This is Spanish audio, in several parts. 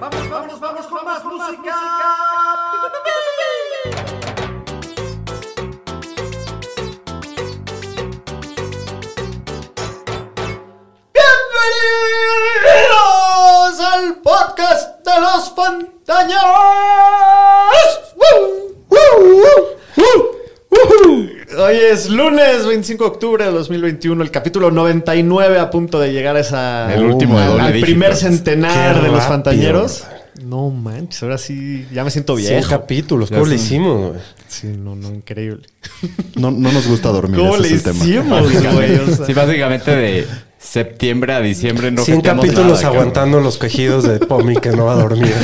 Vamos, vamos, vamos con más música. Bienvenidos al podcast de los pantañeros. Hoy es lunes 25 de octubre de 2021, el capítulo 99 a punto de llegar a esa, El último de doble al dígito. primer centenar Qué de los rápido, fantañeros. No manches, ahora sí ya me siento 100 viejo. capítulos, Ya ¿cómo le sé. hicimos? güey? Sí, no, no, increíble. No, no nos gusta dormir. ¿Cómo ese le es el tema. hicimos, güey? O sea, Sí, básicamente de septiembre a diciembre no 100 metemos capítulos nada, aguantando los quejidos de Pomi que no va a dormir.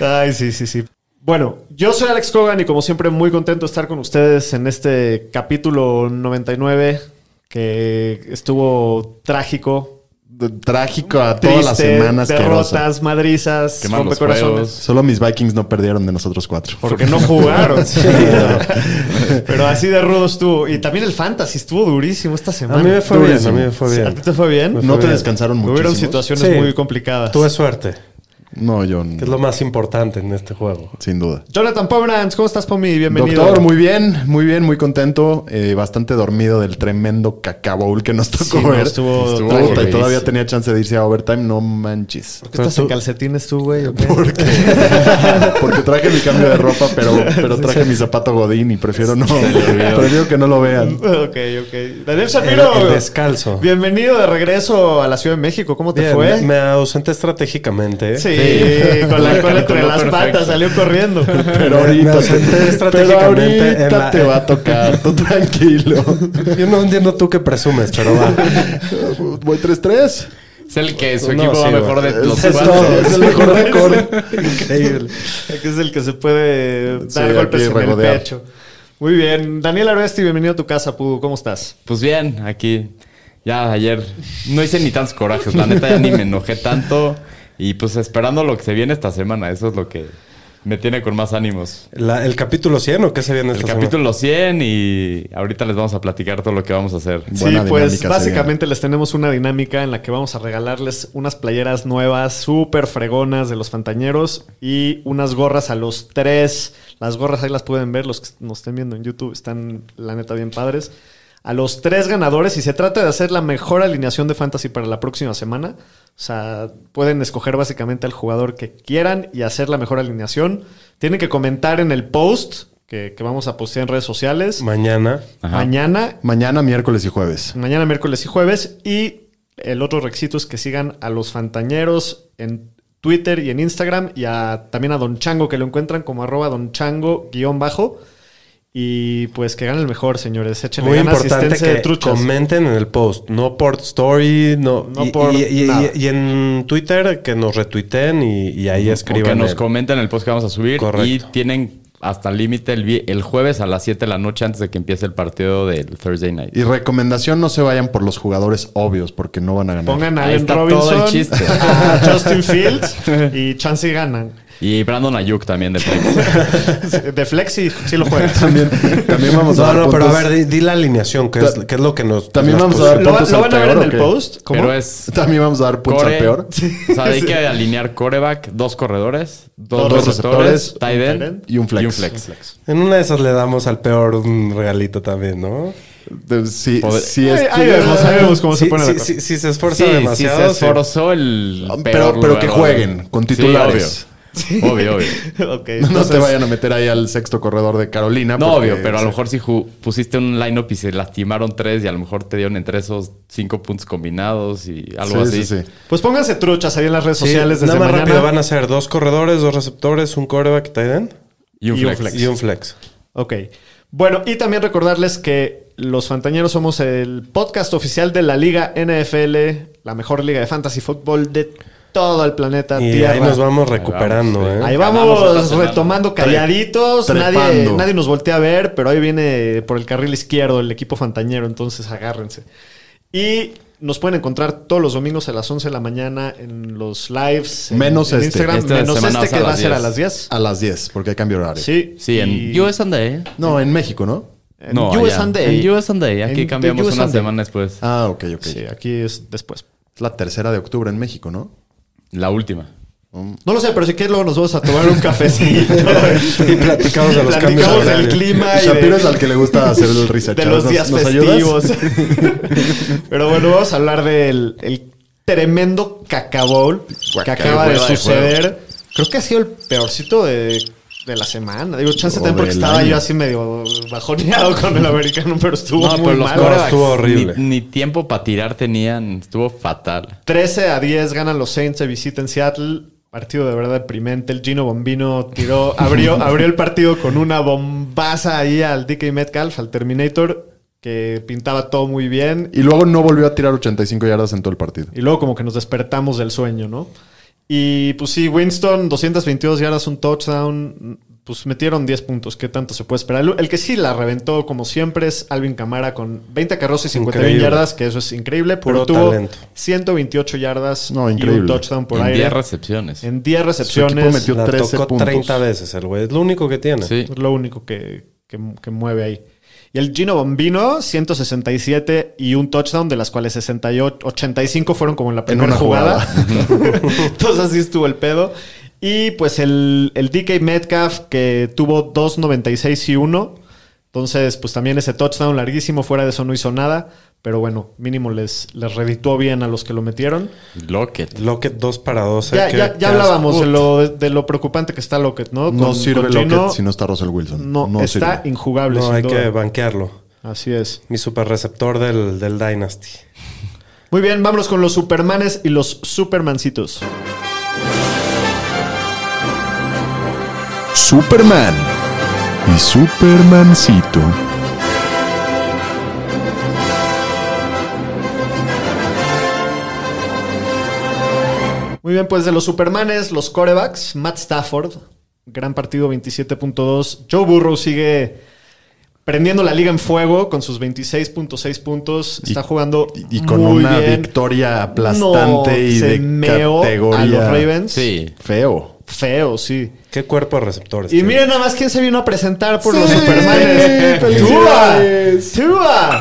Ay, sí, sí, sí. Bueno, yo soy Alex Cogan y como siempre muy contento de estar con ustedes en este capítulo 99 que estuvo trágico. De- Trágico a todas las triste, semanas. derrotas, madrizas, Queman los rompecorazones. juegos. Solo mis Vikings no perdieron de nosotros cuatro. Porque no jugaron. Sí. Pero así de rudo estuvo. Y también el fantasy estuvo durísimo esta A semana. mí me fue bien, a durísimo. mí me fue ¿A bien. ti te fue bien? Me fue No te bien. descansaron mucho. Hubieron situaciones Sí. muy complicadas. Tuve suerte, No, yo n- que es lo más importante en este juego. sin duda. Jonathan Pomeranz, ¿cómo estás, Pomi? Bienvenido. Doctor, muy bien, muy bien, muy contento. eh, bastante dormido del tremendo cacaboul que nos tocó Sí, no, ver. estuvo Puta, trágico. y todavía tenía chance de irse a overtime. No manches. ¿Por qué estás en calcetines tú, güey? o qué? Porque traje mi cambio de ropa, pero, pero traje mi zapato Godín y prefiero no. prefiero que no lo vean. Ok, ok. Daniel El, Shapiro, el descalzo. bienvenido de regreso a la Ciudad de México. ¿Cómo te Bien, fue? me- me ausenté estratégicamente. ¿eh? Sí, con la cola entre Calculó las perfecto. patas, salió corriendo. Pero Me ahorita, ausenté pero estratégicamente en ahorita la- te va a tocar, tú tranquilo. Yo no entiendo tú qué presumes, pero va. Voy 3-3. cabrón. Es el que su No, equipo va sí, mejor güey. de los Es cuatro. todo, es el mejor récord. Increíble. que es el que se puede dar Sí, aquí golpes en regodear. el pecho. Muy bien. Daniel Aresti, bienvenido a tu casa, Pudu. ¿Cómo estás? Pues bien, aquí. Ya ayer no hice ni tantos corajes. La neta ya ni me enojé tanto. Y pues esperando lo que se viene esta semana. Eso es lo que me tiene con más ánimos. La- ¿El capítulo 100 o qué se viene El esta capítulo 100 y ahorita les vamos a platicar todo lo que vamos a hacer. Buena sí, pues dinámica básicamente les tenemos una dinámica en la que vamos a regalarles unas playeras nuevas, súper fregonas de los fantañeros y unas gorras a los tres. Las gorras ahí las pueden ver, los que nos estén viendo en YouTube están la neta bien padres. A los tres ganadores y se trata de hacer la mejor alineación de fantasy para la próxima semana. O sea, pueden escoger básicamente al jugador que quieran y hacer la mejor alineación. Tienen que comentar en el post que, que vamos a postear en redes sociales. semana? Mañana. Ajá. Mañana Mañana, miércoles y jueves. Pues mañana, miércoles y jueves. Y el otro requisito es que sigan a los fantañeros en Twitter y en Instagram y a, también a Don Chango, que lo encuentran como arroba Don Chango guión bajo. Y pues que gane el mejor, señores. Échenle Muy ganas, importante asistencia de que truchas. comenten en el post, no por story, no, No y, por y- y- nada. y- y en Twitter que nos retuiteen y, y ahí O que escriban. nos el- comenten el post que vamos a subir. Correcto. Y tienen hasta el límite el, vi- el jueves a las 7 de la noche antes de que empiece el partido del Thursday Night. Y recomendación, no se vayan por los jugadores obvios porque no van a ganar. Pongan a Ahí Allen está todo el Robinson, chiste. a Justin Fields y chance y ganan. Y Brandon Ayuk también de Plex. De flex y sí lo juegan. También, también vamos a No, dar no, pero a puntos- ver, di, di la alineación, que es, pues, Ta- que es lo que nos... También nos vamos a puso. dar ¿Lo, puntos lo al van a ver peor, en ¿o el qué? post? ¿Cómo? Pero es También vamos a dar puntos core. al peor. O sea, hay que alinear coreback, dos corredores, dos, Dos receptores, receptores, tight tight end end y un flex. En una de esas le damos al peor un regalito también, ¿no? De- Si, Poder- si es Ahí- ahí que- vemos, ahí vemos cómo Sí, se pone la sí, cosa. sí, sí, se Sí, esfuerza sí, demasiado. se sí. esforzó el Ah, Pero- peor pero que lugar, jueguen obvio. con Sí, titulares. obvio. obvio, obvio. Ok, No te Eh, entonces- vayan a meter ahí al sexto corredor de Carolina. No, porque- obvio, pero a lo mejor si ju- pusiste un line-up y se lastimaron tres y a lo mejor te dieron entre esos cinco puntos combinados y algo Sí, así. sí, sí. Pues pónganse truchas ahí en las redes Sí, sociales desde nada más mañana. rápido van a ser dos corredores, dos receptores, un coreback tight end Y un Y un flex. flex. y un flex. Ok. Bueno, y también recordarles que los Fantañeros somos el podcast oficial de la Liga NFL, la mejor liga de fantasy fútbol de todo el planeta Y Tierra. ahí nos vamos recuperando, Ahí vamos, ¿eh? Ahí vamos, Ganamos esta semana. retomando calladitos, Tre- nadie, trepando. nadie nos voltea a ver, pero ahí viene por el carril izquierdo el equipo fantañero, entonces agárrense. Y nos pueden encontrar todos los domingos a las 11 de la mañana en los lives. en- Menos en este. Instagram, Esta menos semana este es a que va a las ser a 10. las 10. Ah, A las 10, porque hay cambio de horario. Sí. Sí, y- en US and Day. No, en México, ¿no? en US allá. and Day. En US and Day. Aquí En cambiamos US una and Day. semana después. Ah, ok, ok. Sí, aquí es después. Es la tercera de octubre en México, ¿no? La última. No lo sé, pero si quieres luego nos vamos a tomar un cafecito. Y platicamos de los cambios Platicamos del horarios. clima y de- Shapiro es al que le gusta hacer el research. de los ¿Nos- días nos ayudas? festivos. Pero bueno, vamos a hablar del el tremendo cacabowl que acaba de hueva de suceder. Creo que ha sido el peorcito de, de la semana. Digo, chance O también porque del estaba año. yo así medio bajoneado con el americano, pero estuvo No, muy pero los mal. quarterbacks Estuvo horrible. Ni, ni tiempo para tirar tenían. Estuvo fatal. 13 a 10 ganan los Saints de visita en Seattle. Partido de verdad deprimente. El Gino Bombino tiró, abrió, abrió el partido con una bombaza ahí al DK Metcalf, al Terminator, que pintaba todo muy bien. Y luego no volvió a tirar 85 yardas en todo el partido. Y luego como que nos despertamos del sueño, ¿no? Y pues sí, Winston, 222 yardas, un touchdown, pues metieron 10 puntos, ¿qué tanto se puede esperar? El, el que sí la reventó, como siempre, es Alvin Camara con 20 carros y 51 Increíble. yardas, que eso es increíble, pero Puro tuvo talento. 128 yardas No, y increíble. un touchdown por en aire. 10 recepciones. En 10 Su equipo recepciones. metió La 13 tocó puntos. 30 veces el güey. Es lo único que tiene. Sí. Es lo único que, que- que mueve ahí. Y el Gino Bombino, 167 y un touchdown, de las cuales 68, 85 fueron como en la primera una jugada. jugada. Entonces así estuvo el pedo. Y pues el, el DK Metcalf, que tuvo 2.96 y 1. Entonces, pues también ese touchdown larguísimo, fuera de eso no hizo nada. Pero bueno, mínimo les, les redituó bien a los que lo metieron. Lockett. Locket 2 para 12. ya qué- ya, qué ya hablábamos asco. de lo, de lo preocupante que está Lockett, ¿no? No Con- sirve con Lockett Gino, si no está Russell Wilson. no, está sirve. injugable. No, sin hay duda. que banquearlo. Así es. Mi super receptor del, del Dynasty. Muy bien, vámonos con los Supermanes y los Supermancitos. Superman y Supermancito. Muy bien, pues de los Supermanes, los corebacks, Matt Stafford, gran partido 27.2. Joe Burrow sigue prendiendo la liga en fuego con sus 26.6 puntos. Está Y- jugando Y, y con muy una bien. victoria No, aplastante y se de meó categoría. a los Ravens. Sí. Feo. Feo, sí. ¿Qué cuerpo de receptores? Y tiene? miren nada más quién se vino a presentar por Sí, los Supermanes. ¡Tua! felicidades. ¡Tua!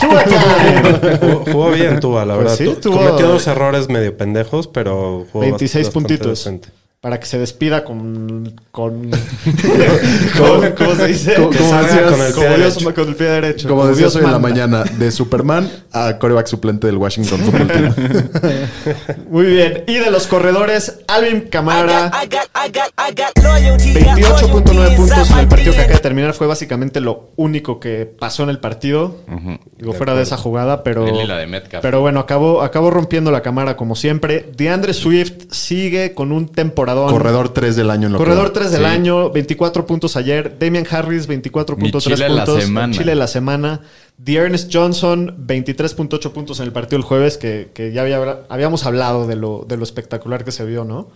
¡Tua time! Jugó, jugó bien Tua, la Pues verdad. sí, Tu- tuvo- Cometió dos errores medio pendejos, pero jugó 26 bast- bastante puntitos. decente. Para que se despida con. con. con- ¿Cómo se dice? Como- Que como salga decías- con el como pie Dios- derecho. con el pie derecho. Como Dios decías hoy en la manda. mañana, de Superman a coreback suplente del Washington Football Team. Muy bien. Y de los corredores, Alvin Camara. 28.9 28.9 puntos en el partido que acaba de terminar fue básicamente lo único que pasó en el partido. Digo, fuera de esa jugada, pero. Él y la de Metcalf. Pero bueno, acabó, acabó rompiendo la cámara como siempre. DeAndre Swift sigue con un temporadón. Corredor 3 del año en lo que Corredor va. 3 del Sí. año, 24 puntos ayer. Damian Harris, 24.3 Mi puntos. chile la semana. Chile la semana. Dearness Johnson, 23.8 puntos en el partido el jueves, que, que ya había- habíamos hablado de lo, de lo espectacular que se vio, ¿no?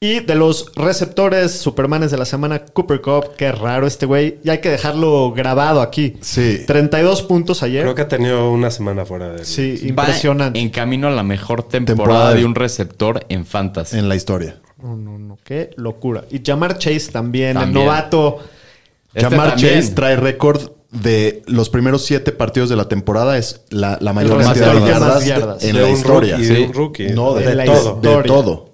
Y de los receptores supermanes de la semana, Cooper Cup, qué raro este güey. Y hay que dejarlo grabado aquí. Sí. 32 puntos ayer. Creo que ha tenido una semana fuera de él. sí, Va impresionante. en camino a la mejor temporada, Temporada de- de un receptor en fantasy. En la historia. No, no, no, qué locura. Y Jamar Chase también, el También. novato. Este Jamar también. Chase trae récord de los primeros siete partidos de la temporada. Es la, la mayor El cantidad de receptor que más yardas, yardas. en De la un historia. rookie, Sí. de un rookie. No, de, De la todo. historia. De todo.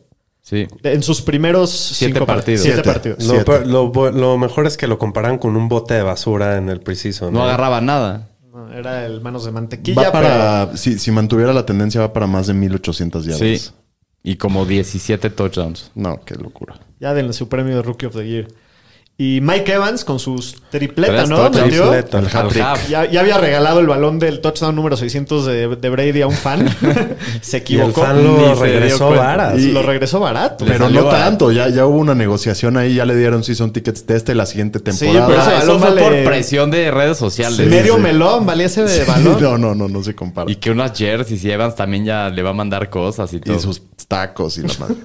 Sí. En sus primeros Siete cinco partidos. Siete, Siete. partidos. Lo, Siete. peor- lo bu- lo mejor es que lo comparan con un bote de basura en el preciso. No agarraba nada. No, Era el manos de mantequilla. Va para, si, si mantuviera la tendencia, va para más de 1800 yardas. Sí. Y como 17 touchdowns. No, qué locura. pero ya denle su premio de Rookie of the Year. Y Mike Evans con sus tripleta, Tres ¿no? touchdowns. Metió. Tripleta. Al Al hat-trick. half. Ya, ya había regalado el balón del touchdown número 600 de, de Brady a un fan. se Y el equivocó. fan ni se lo dio regresó cuenta. varas. lo regresó barato. Le Pero salió no barato. tanto, ya, ya hubo una negociación ahí, ya le dieron season tickets de esta y la siguiente temporada. pero Ah, ese eso balón fue vale- por presión de redes sociales. Sí, Medio sí. melón valía ese de Sí, balón. No, no, no, no se compara. Y Y, que unas jerseys y Evans también ya le va a mandar cosas y todo. sus tacos y la madre.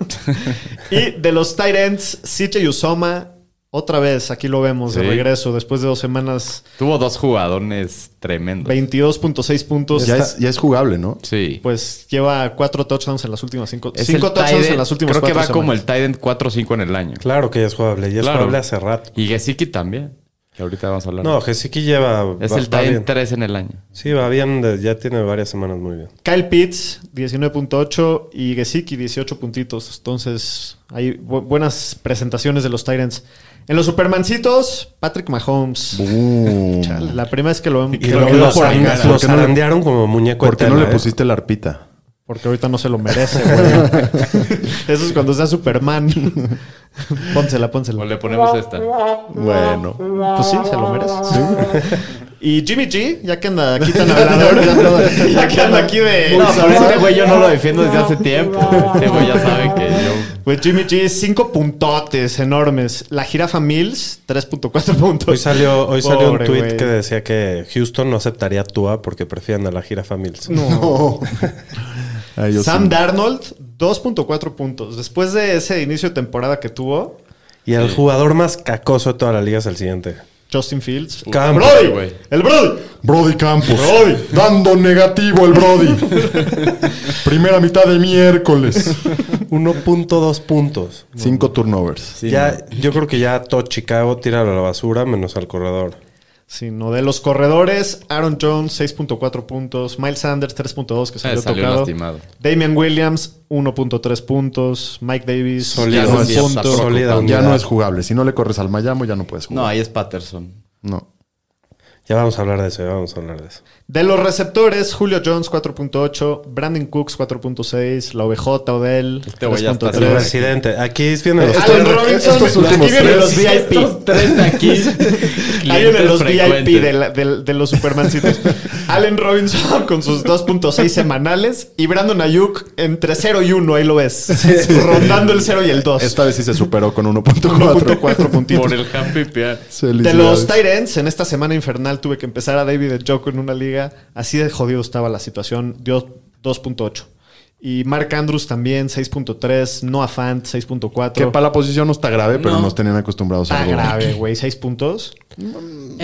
Y de los tight ends, CJ Usoma, otra vez, aquí lo vemos de Sí. regreso, después de dos semanas, Tuvo dos jugadores tremendos. 22.6 puntos. ya, es, ya es jugable, ¿no? Sí. Pues lleva cuatro touchdowns en las últimas cinco. Es Pues cinco el touchdowns tight en las end- últimas Creo que cuatro va como el semanas. Tiden 4-5 en el año. Claro que ya es jugable. Ya es Claro. jugable hace rato. Y Gesicki también, que ahorita vamos a hablar. No, Gesicki lleva. es va- el va bien. Tiden 3 en el año. Sí, va bien. de- ya tiene varias semanas muy bien. Kyle Pitts, 19.8 y Gesicki, 18 puntitos. Entonces, hay bu- buenas presentaciones de los tight ends. En los Supermancitos, Patrick Mahomes. Boom. Chale, La primera vez que lo ven, Y Creo lo, que lo lo sacaron. zarandearon- lo ¿Por qué no le- zarandearon como muñeco de ¿Por qué no tela, le eh? pusiste la arpita? porque ahorita no se lo merece, güey. Eso es cuando sea Superman. pónsela, pónsela. O le ponemos esta. Bueno. Pues sí, se lo merece. Y Jimmy G, ya que anda aquí tan hablador, ya, ya que anda aquí de... No, pero este güey yo no lo defiendo desde hace tiempo. Este güey ya sabe que yo. Pues Jimmy G, cinco puntotes enormes. La jirafa Mills, 3.4 puntos. Hoy salió, hoy salió un Pobre tweet güey. que decía que Houston no aceptaría a Tua porque prefieren a la jirafa Mills. No. Ay, Ah, yo Sam sí. Darnold, 2.4 puntos. Después de ese inicio de temporada que tuvo, Y el jugador más cacoso de toda la liga es el siguiente. Justin Fields. Campo, ¡Brody! güey. ¡El Brody! Brody Campos. Dando negativo el Brody. Primera mitad de miércoles. 1.2 puntos. Cinco turnovers. ya, Yo creo que ya todo Chicago tira a la basura menos al corredor. Sí, no, de los corredores, Aaron Jones, 6.4 puntos. Miles Sanders, 3.2, que salió, Ah, salió tocado. lastimado. Damian Williams, 1.3 puntos. Mike Davis, Sólida, un sí, está punto. preocupante. sólida Ya unidad. no es jugable. Si no le corres al Miami, ya no puedes No, jugar. ahí es Patterson. No. Ya vamos a hablar de eso, ya vamos a hablar de eso. De los receptores, Julio Jones 4.8, Brandon Cooks 4.6, la OBJ, Odell Este güey ya está El 3.3. residente. Aquí vienen los Allen tres- Robinson, estos últimos aquí vienen tres. los VIP. Estos tres de aquí. Ahí vienen los clientes VIP de, la- de- de los Supermancitos. Allen Robinson con sus 2.6 semanales y Brandon Ayuk entre 0 y 1, ahí lo ves. Rondando el 0 y el 2. Esta vez sí se superó con 1.4. 1.4 puntitos. Por el Happy Piar. De los Felicidades. tight ends, en esta semana infernal tuve que empezar a David Joku en una liga. Así de jodido estaba la situación. Dio 2.8. Y Mark Andrews también, 6.3. Noah Fant, Que 6.4. para la posición no está grave, pero No. nos tenían acostumbrados a Está algo. grave, güey. 6 puntos. Ugh,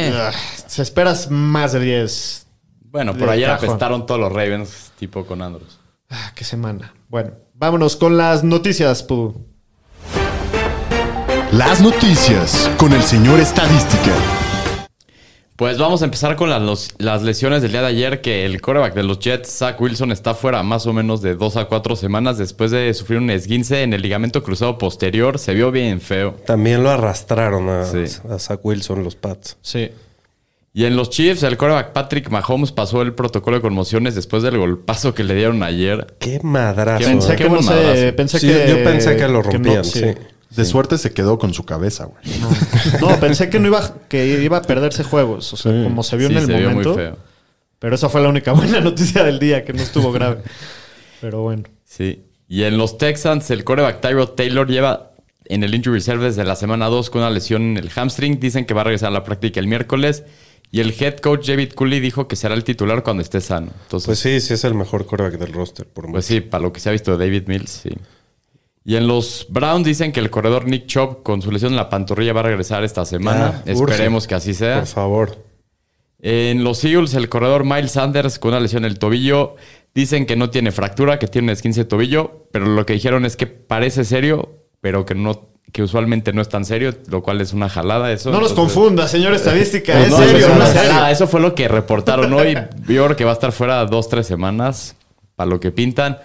Se esperas más de 10. Bueno, por De ayer cajón. apestaron todos los Ravens, tipo con Andrews. Ah, qué semana. Bueno, vámonos con las noticias, Pudu. Las noticias con el señor Estadística. Pues vamos a empezar con las, los- las lesiones del día de ayer, que el coreback de los Jets, Zach Wilson, está fuera más o menos de dos a cuatro semanas después de sufrir un esguince en el ligamento cruzado posterior. Se vio bien feo. También lo arrastraron a, Sí. a Zach Wilson, los Pats. Sí. Y en los Chiefs, el coreback Patrick Mahomes pasó el protocolo de conmociones después del golpazo que le dieron ayer. Qué madrazo. ¿eh? Qué Pensé buen- que qué no buen sé. madrazo. Pensé Sí, que. yo pensé que lo no, rompían, sí. De suerte se quedó con su cabeza, güey. No, pensé que no iba, que iba a perderse juegos. O sea, Sí. como se vio Sí, en el se vio momento. muy feo. Pero esa fue la única buena noticia del día, que no estuvo grave. Pero bueno. Sí. Y en los Texans, el coreback Tyrod Taylor lleva en el injury reserve desde la semana 2 con una lesión en el hamstring. Dicen que va a regresar a la práctica el miércoles. Y el head coach David Cooley dijo que será el titular cuando esté sano. Entonces, pues Pues sí, sí, sí es el mejor quarterback del roster, por mucho. para lo que se ha visto de David Mills, sí. Y en los Browns dicen que el corredor Nick Chubb con su lesión en la pantorrilla va a regresar esta semana. Ya, Ah, urge. Esperemos que así sea. Por favor. En los Eagles, el corredor Miles Sanders con una lesión en el tobillo. Dicen que no tiene fractura, que tiene un esguince de tobillo, pero lo que dijeron es que parece serio, pero que no que usualmente no es tan serio, lo cual es una jalada eso. No nos Entonces- confunda, señor estadística. Pues Es no, serio, eso es no una es serio. jalada. Eso fue lo que reportaron hoy. Yo creo que va a estar fuera dos, tres semanas, para lo que pintan.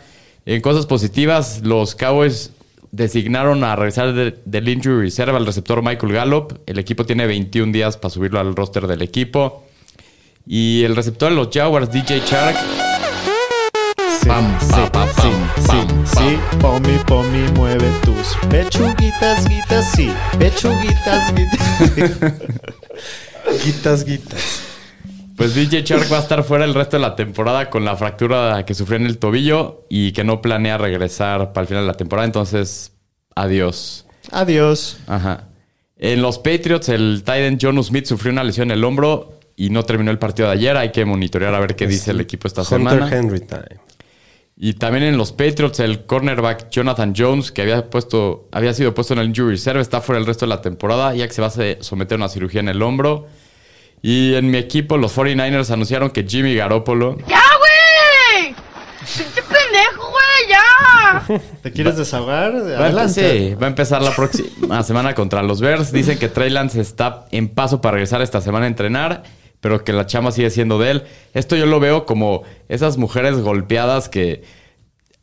En cosas positivas, los Cowboys designaron a regresar de- del injury reserve al receptor Michael Gallup. El equipo tiene 21 días para subirlo al roster del equipo. Y el receptor de los Jaguars, DJ Shark, Pam, pa, pa, sí, pam, sí, pam, sí, pomi, pomi, mueve tus pechuguitas, guitas, sí, pechuguitas, guitas. Guitas, guitas. Pues DJ Shark va a estar fuera el resto de la temporada con la fractura que sufrió en el tobillo y que no planea regresar para el final de la temporada. Entonces, adiós. Adiós. Ajá. En los Patriots, el Titan John Smith sufrió una lesión en el hombro y no terminó el partido de ayer. Hay que monitorear a ver qué dice el equipo esta semana. Pues Hunter Henry time. Y también en los Patriots, el cornerback Jonathan Jones, que había, puesto, había sido puesto en el injury reserve, está fuera el resto de la temporada, ya que se va a se- someter a una cirugía en el hombro. Y en mi equipo, los 49ers anunciaron que Jimmy Garoppolo ¡Ya, güey! ¡Pinche pendejo, güey! ¡Ya! ¿Te quieres desahogar? va a, Adelante. sí, va a empezar la próxima semana contra los Bears. Dicen que Trey Lance está en paso para regresar esta semana a entrenar, pero que la chama sigue siendo de él. Esto yo lo veo como esas mujeres golpeadas que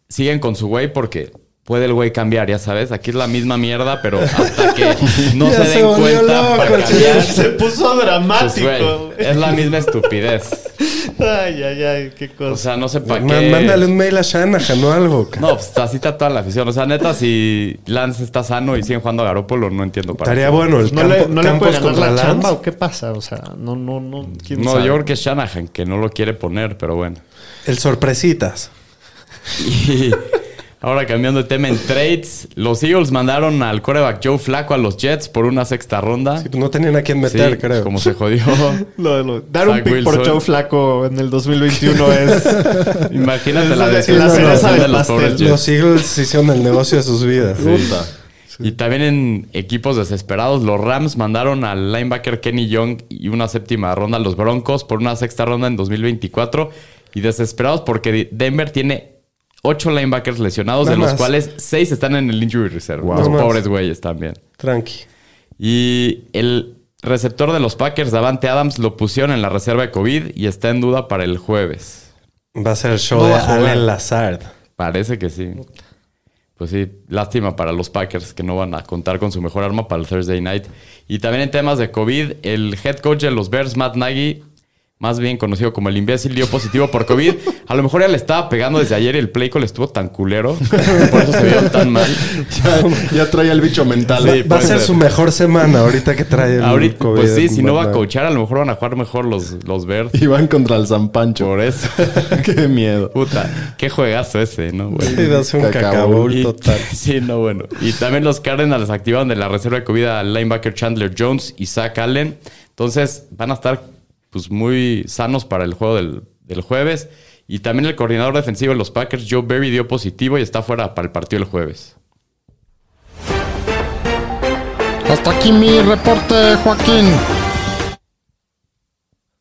siguen con su güey porque puede el güey cambiar, ya sabes. Aquí es la misma mierda, pero hasta que no Ya se se den volvió cuenta loco para el cambiar, Se puso pues, güey, dramático. es la misma estupidez. Ay, ay, ay, qué cosa. O sea, no sé para Ma- qué. Mándale un mail a Shanahan o algo. ca- No, pues así está toda la afición. O sea, neta, si Lance está sano y siguen jugando a Garópolo, no entiendo para Estaría qué. bueno el ¿No campo, le, no le puede Campos ganar contra la chamba Lance. o qué pasa? O sea, no, no, no. ¿quién No, sabe? yo creo que es Shanahan, que no lo quiere poner, pero bueno. El sorpresitas. Y ahora cambiando de tema en trades, los Eagles mandaron al coreback Joe Flaco a los Jets por una sexta ronda. Sí, pues no tenían a quién Sí, meter, creo. como se jodió. Lo- lo- dar un Zach pick por Wilson. Joe Flaco en el 2021 es. Imagínate Es la la- la desilusión cereza de del los pastel. pobres Jets. Los Eagles hicieron el negocio de sus vidas. Y también en equipos desesperados, los Rams mandaron al linebacker Kenny Young y una séptima ronda a los Broncos por una sexta ronda en 2024. Y desesperados porque Denver tiene ocho linebackers lesionados, Nada de los más. cuales seis están en el injury reserve. Wow. Los Nada más. pobres güeyes también. Tranqui. Y el receptor de los Packers, Davante Adams, lo pusieron en la reserva de COVID y está en duda para el jueves. Va a ser el show No de va a jugar. Allen Lazard. Parece que sí. Pues sí, lástima para los Packers que no van a contar con su mejor arma para el Thursday night. Y también en temas de COVID, el head coach de los Bears, Matt Nagy, más bien conocido como el imbécil, dio positivo por COVID. A lo mejor ya le estaba pegando desde ayer y el play call estuvo tan culero. Por eso se vieron tan mal. Ya, ya traía el bicho mental. Sí, pues. Va a puede ser ser. su mejor semana ahorita que trae el Ahorita, COVID. pues sí, si no va a Bueno. coachar, a lo mejor van a jugar mejor los, los Bears. Y van contra el San Pancho. Por eso. Qué miedo. Puta, qué juegazo ese, ¿no, güey? Sí, va a ser un Cacabol. cacabol Y- total. Sí, no, bueno. Y también los Cardinals activaron de la reserva de comida al linebacker Chandler Jones y Zach Allen. Entonces van a estar pues muy sanos para el juego del, del jueves. Y también el coordinador defensivo de los Packers, Joe Berry, dio positivo y está fuera para el partido el jueves. Hasta aquí mi reporte, Joaquín.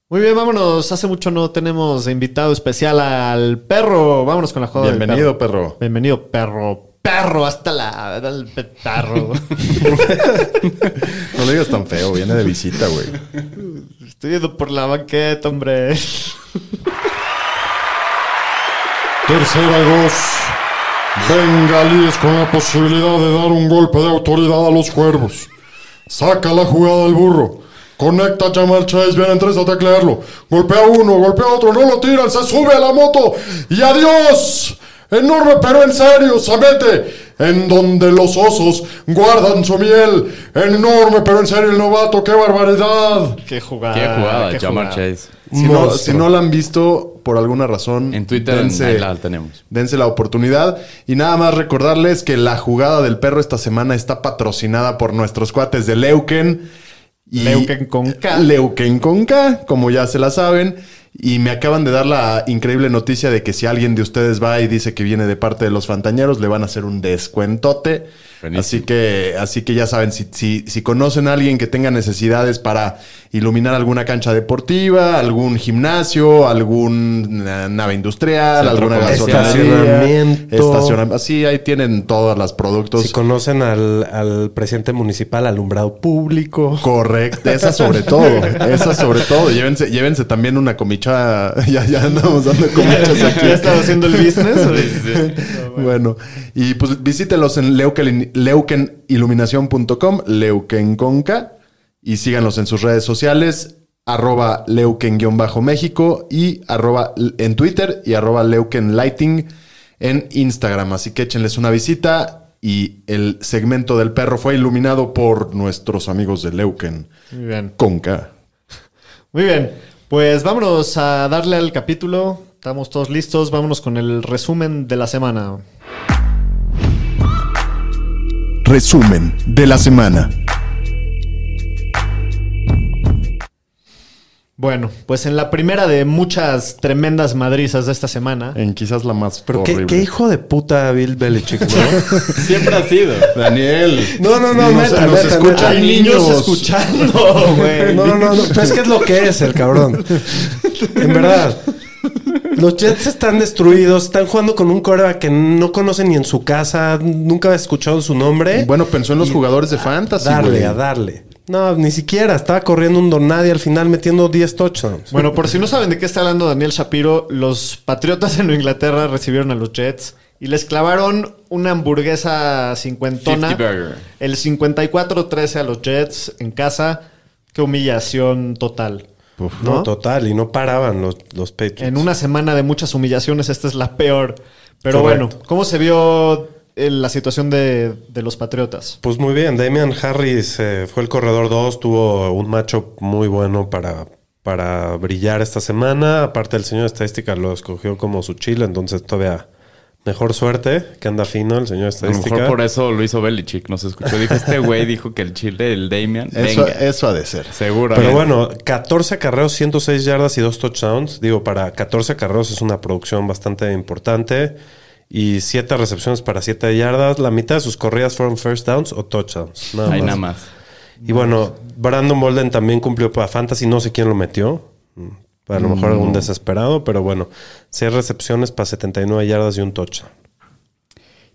Muy bien, vámonos. Hace mucho no tenemos invitado especial al perro. Vámonos con la jugada. del Bienvenido, perro. Bienvenido, perro. Perro, hasta la. Al petarro. No le digas tan feo, viene de visita, güey. Estoy yendo por la banqueta, hombre. Tercera y dos. Bengalíes con la posibilidad de dar un golpe de autoridad a los cuervos. Saca la jugada del burro. Conecta a Jamal Chase, vienen tres a teclearlo. Golpea a uno, golpea a otro, no lo tiran, se sube a la moto y adiós. Enorme, pero en serio, se mete en donde los osos guardan su miel. Enorme, pero en serio, el novato, qué barbaridad. Qué jugada. Qué Ah, jugada, qué Jamar jugada. Chase. Si no, si no la han visto por alguna razón, En Twitter ahí la tenemos. dense la oportunidad. Y nada más recordarles que la jugada del perro esta semana está patrocinada por nuestros cuates de Leuken. y- Leuken con K. Leuken con K, como ya se la saben. Y me acaban de dar la increíble noticia de que si alguien de ustedes va y dice que viene de parte de los Fantañeros, le van a hacer un descuentote. Buenísimo. Así que, así que ya saben, si, si- si conocen a alguien que tenga necesidades para iluminar alguna cancha deportiva, algún gimnasio, alguna nave industrial, Centro alguna comercial. gasolinera, Estacionamiento. estacionamiento. Así ahí tienen todos los productos. Si conocen al, al presidente municipal, alumbrado público. Correcto, esa sobre todo, esa sobre todo. Llévense, llévense también una comicha, ya, ya andamos dando comichas aquí. ¿Ya estaba haciendo el business? Bueno, y pues visítenlos en leuken- leukeniluminación.com, leuken con K, y síganlos en sus redes sociales. arroba leuken-méxico y arroba l- en Twitter y arroba leukenlighting en Instagram. Así que échenles una visita. Y el segmento del perro fue iluminado por nuestros amigos de Leuken. Muy bien. Conca. Muy bien. Pues vámonos a darle al capítulo. Estamos todos listos. Vámonos con el resumen de la semana. Resumen de la semana. Bueno, pues en la primera de muchas tremendas madrizas de esta semana. eh, En quizás la más Pero qué, horrible. qué hijo de puta Bill Belichick, ¿no? Siempre ha sido. Daniel. No, no, no, Nos- neta, nos neta, escuchan neta. niños. escuchando, güey. No, no, no, no. Pero es que es lo que es el cabrón. En verdad. Los Jets están destruidos, están jugando con un coreback que no conoce ni en su casa, nunca ha escuchado su nombre. Bueno, pensó en los ¿eh? Y jugadores de a fantasy, darle, güey. a darle. No, ni siquiera, estaba corriendo un don nadie al final metiendo 10 touchdowns. Bueno, por si no saben de qué está hablando Daniel Shapiro, los Patriotas en Nueva Inglaterra recibieron a los Jets y les clavaron una hamburguesa cincuentona. 50 burger. El 54-13 a los Jets en casa. Qué humillación total. ¿no? ¿no? total, y no paraban los, los Patriots. En una semana de muchas humillaciones, esta es la peor. Pero Correcto. bueno, ¿cómo se vio eh, la situación de, de los Patriotas? Pues muy bien, Damian Harris eh, fue el corredor 2, tuvo un macho muy bueno para, para brillar esta semana. Aparte, el señor de estadística lo escogió como su chile, entonces todavía mejor suerte que anda fino el señor de A lo estadística. mejor por eso lo hizo Belichick, no se escuchó. Dijo, este güey dijo que el chile, el Damian, Eso, venga. eso ha de ser. Seguro. ¿eh? Pero bueno, 14 carreos, 106 yardas y 2 touchdowns. Digo, para 14 carreos es una producción bastante importante. Y 7 recepciones para 7 yardas. La mitad de sus corridas fueron first downs o touchdowns. Nada Hay más. nada más. Y bueno, Brandon Bolden también cumplió para Fantasy, no sé quién lo metió. Mm, A lo mejor algún desesperado, pero bueno, 6 recepciones para 79 yardas y un touchdown.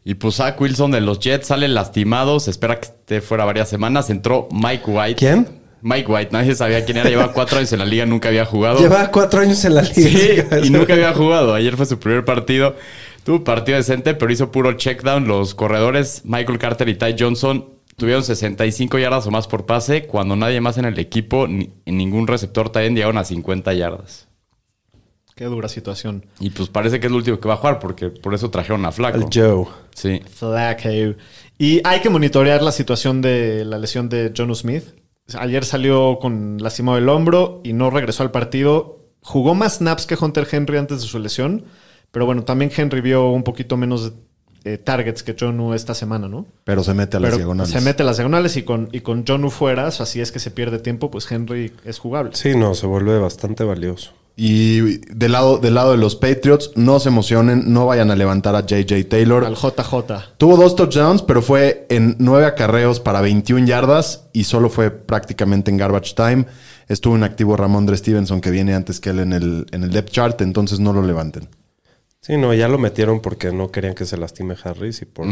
Y pues Zach Wilson de los Jets sale lastimado, se espera que esté fuera varias semanas. Entró Mike White. ¿Quién? Mike White, nadie sabía quién era, lleva cuatro años en la liga, nunca había jugado. Lleva 4 años en la liga. Sí, y nunca había jugado. Ayer fue su primer partido. Tuvo un partido decente, pero hizo puro check down. Los corredores, Michael Carter y Ty Johnson, tuvieron 65 yardas o más por pase, cuando nadie más en el equipo, ni, en ningún receptor también llegaron a 50 yardas. Qué dura situación. Y pues parece que es lo último que va a jugar, porque por eso trajeron a Flaco. Al Joe. Sí. Flacco. Y hay que monitorear la situación de la lesión de John Smith. Ayer salió con lastimado el hombro y no regresó al partido. Jugó más snaps que Hunter Henry antes de su lesión. Pero bueno, también Henry vio un poquito menos eh, targets que Jonu esta semana, ¿no? Pero se mete a las Pero diagonales. Se mete a las diagonales y con, y con Jonu fuera, o sea, si es que se pierde tiempo, pues Henry es jugable. Sí, no, se vuelve bastante valioso. Y del lado, del lado de los Patriots, no se emocionen, no vayan a levantar a JJ Taylor. Al JJ. Tuvo dos touchdowns, pero fue en nueve acarreos para 21 yardas y solo fue prácticamente en garbage time. Estuvo inactivo Ramondre Stevenson, que viene antes que él en el, en el depth chart, entonces no lo levanten. Sí, no, ya lo metieron porque no querían que se lastime Harris y por,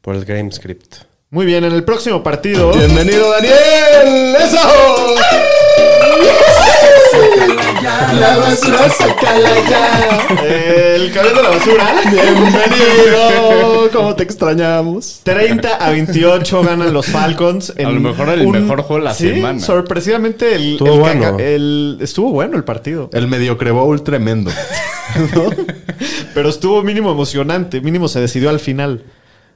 por el game script. Muy bien, en el próximo partido. ¡Bienvenido, Daniel! ¡Eso! La basura, El cabrón de la basura. ¡Bienvenido! ¿Cómo te extrañamos? 30 a 28 ganan los Falcons. en A lo mejor el mejor juego de la Sí, semana. Sorpresivamente el, Estuvo el bueno. caca- el- estuvo bueno el partido. El mediocre bowl tremendo. Pero estuvo mínimo emocionante. Mínimo se decidió al final.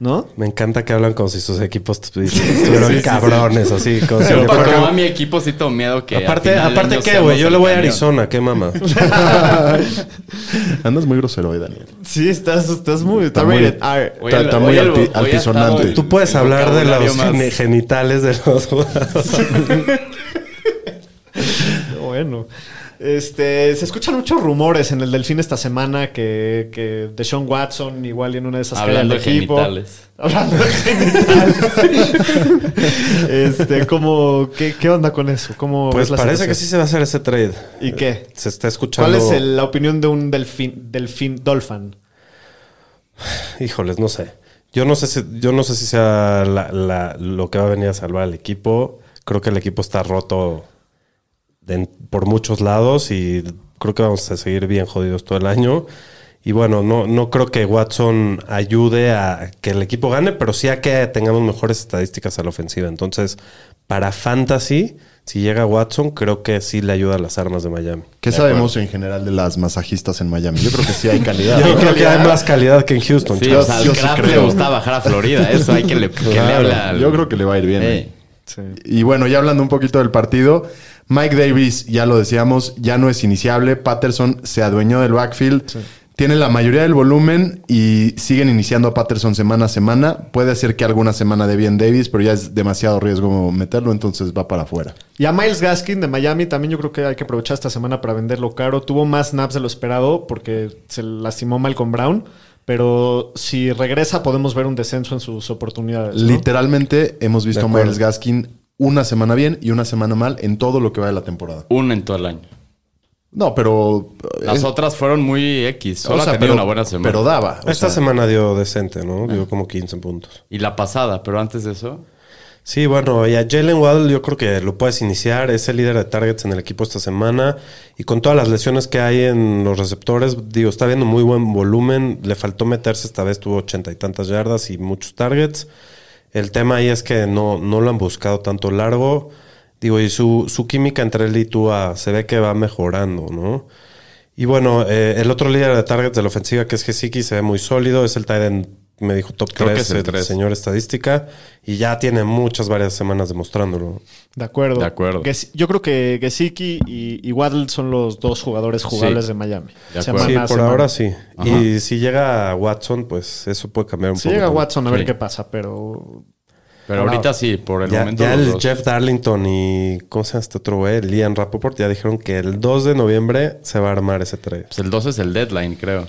¿no? Me encanta que hablan con si sus equipos tu- estuvieron sí, sí. cabrones, así. Con Pero porque- para como a mi equipo sí tengo miedo que... al aparte, final aparte ellos ¿qué, seamos güey? Yo el le voy a cañón. Arizona, qué mamá. Andas muy grosero hoy, Daniel. Sí, estás, estás muy. Está, Está muy- rated R. Hoy el- Está hoy muy el- alti- hoy ha estado altisonante. el- Tú puedes el hablar de vocabulario los más- gene- genitales de los jugadores. Bueno. Este, se escuchan muchos rumores en el Delfín esta semana que, que de Sean Watson igual y en una de esas Hablando cae al de genitales. Hablando de genitales. este, ¿cómo, qué, ¿Qué onda con eso? ¿Cómo Pues ves la parece que sí situación? se va a hacer ese trade. ¿Y qué? Se está escuchando. ¿Cuál es el- la opinión de un delfín, delfín, dolphin? Híjoles, no sé. Yo no sé si, yo no sé si sea la- la- lo que va a venir a salvar al equipo. Creo que el equipo está roto de en- por muchos lados y creo que vamos a seguir bien jodidos todo el año. Y bueno, no, no creo que Watson ayude a que el equipo gane, pero sí a que tengamos mejores estadísticas a la ofensiva. Entonces, para fantasy, si llega Watson, creo que sí le ayuda a las armas de Miami. ¿Qué sabemos en general de las masajistas en Miami? Yo creo que sí hay calidad. Yo creo que hay más calidad que en Houston. Sí, chavos. o sea, al yo sí Kraft le creo. gusta bajar a Florida. Eso hay que le, que le Claro, habla al- Yo creo que le va a ir bien. eh. Ey. Sí. Y bueno, ya hablando un poquito del partido, Mike Davis, ya lo decíamos, ya no es iniciable. Patterson se adueñó del backfield, tiene la mayoría del volumen y siguen iniciando a Patterson semana a semana. Puede ser que alguna semana de bien Davis, pero ya es demasiado riesgo meterlo, entonces va para afuera. Y a Miles Gaskin de Miami también yo creo que hay que aprovechar esta semana para venderlo caro. Tuvo más snaps de lo esperado porque se lastimó Malcolm Brown. Pero si regresa podemos ver un descenso en sus oportunidades. ¿no? Literalmente hemos visto a acuerdo. Miles Gaskin una semana bien y una semana mal en todo lo que va de la temporada. Una en todo el año. No, pero... Las es- otras fueron muy X. Solo o ha sea, tenido pero- una buena semana. Pero daba. o Esta sea, Ah. semana dio decente, ¿no? Dio como 15 puntos. Y la pasada, pero antes de eso. Sí, bueno, y a Jalen Waddle yo creo que lo puedes iniciar. Es el líder de targets en el equipo esta semana. Y con todas las lesiones que hay en los receptores, digo, está viendo muy buen volumen. Le faltó meterse esta vez, tuvo ochenta y tantas yardas y muchos targets. El tema ahí es que no, no lo han buscado tanto largo. Digo, y su, su química entre él y Tua se ve que va mejorando, ¿no? Y bueno, eh, el otro líder de targets de la ofensiva, que es Gesicki, se ve muy sólido. Es el tight end, me dijo top Creo que 3, es el el tres. señor estadística. Y ya tiene muchas, varias semanas demostrándolo. De acuerdo. De acuerdo. Ges- yo creo que Gesicki y, y Waddle son los dos jugadores jugables de Miami. De acuerdo. Sí, a por semana. ahora sí. Ajá. Y si llega Watson, pues eso puede cambiar un Si poco. llega también. Watson a ver Sí. qué pasa, pero Pero Ahora- ahorita sí, por el Ya, momento. ya los el dos. Jeff Darlington y ¿cómo se llama este otro güey? Liam Rappaport ya dijeron que el 2 de noviembre se va a armar ese trade. Pues el 12 es el deadline, creo.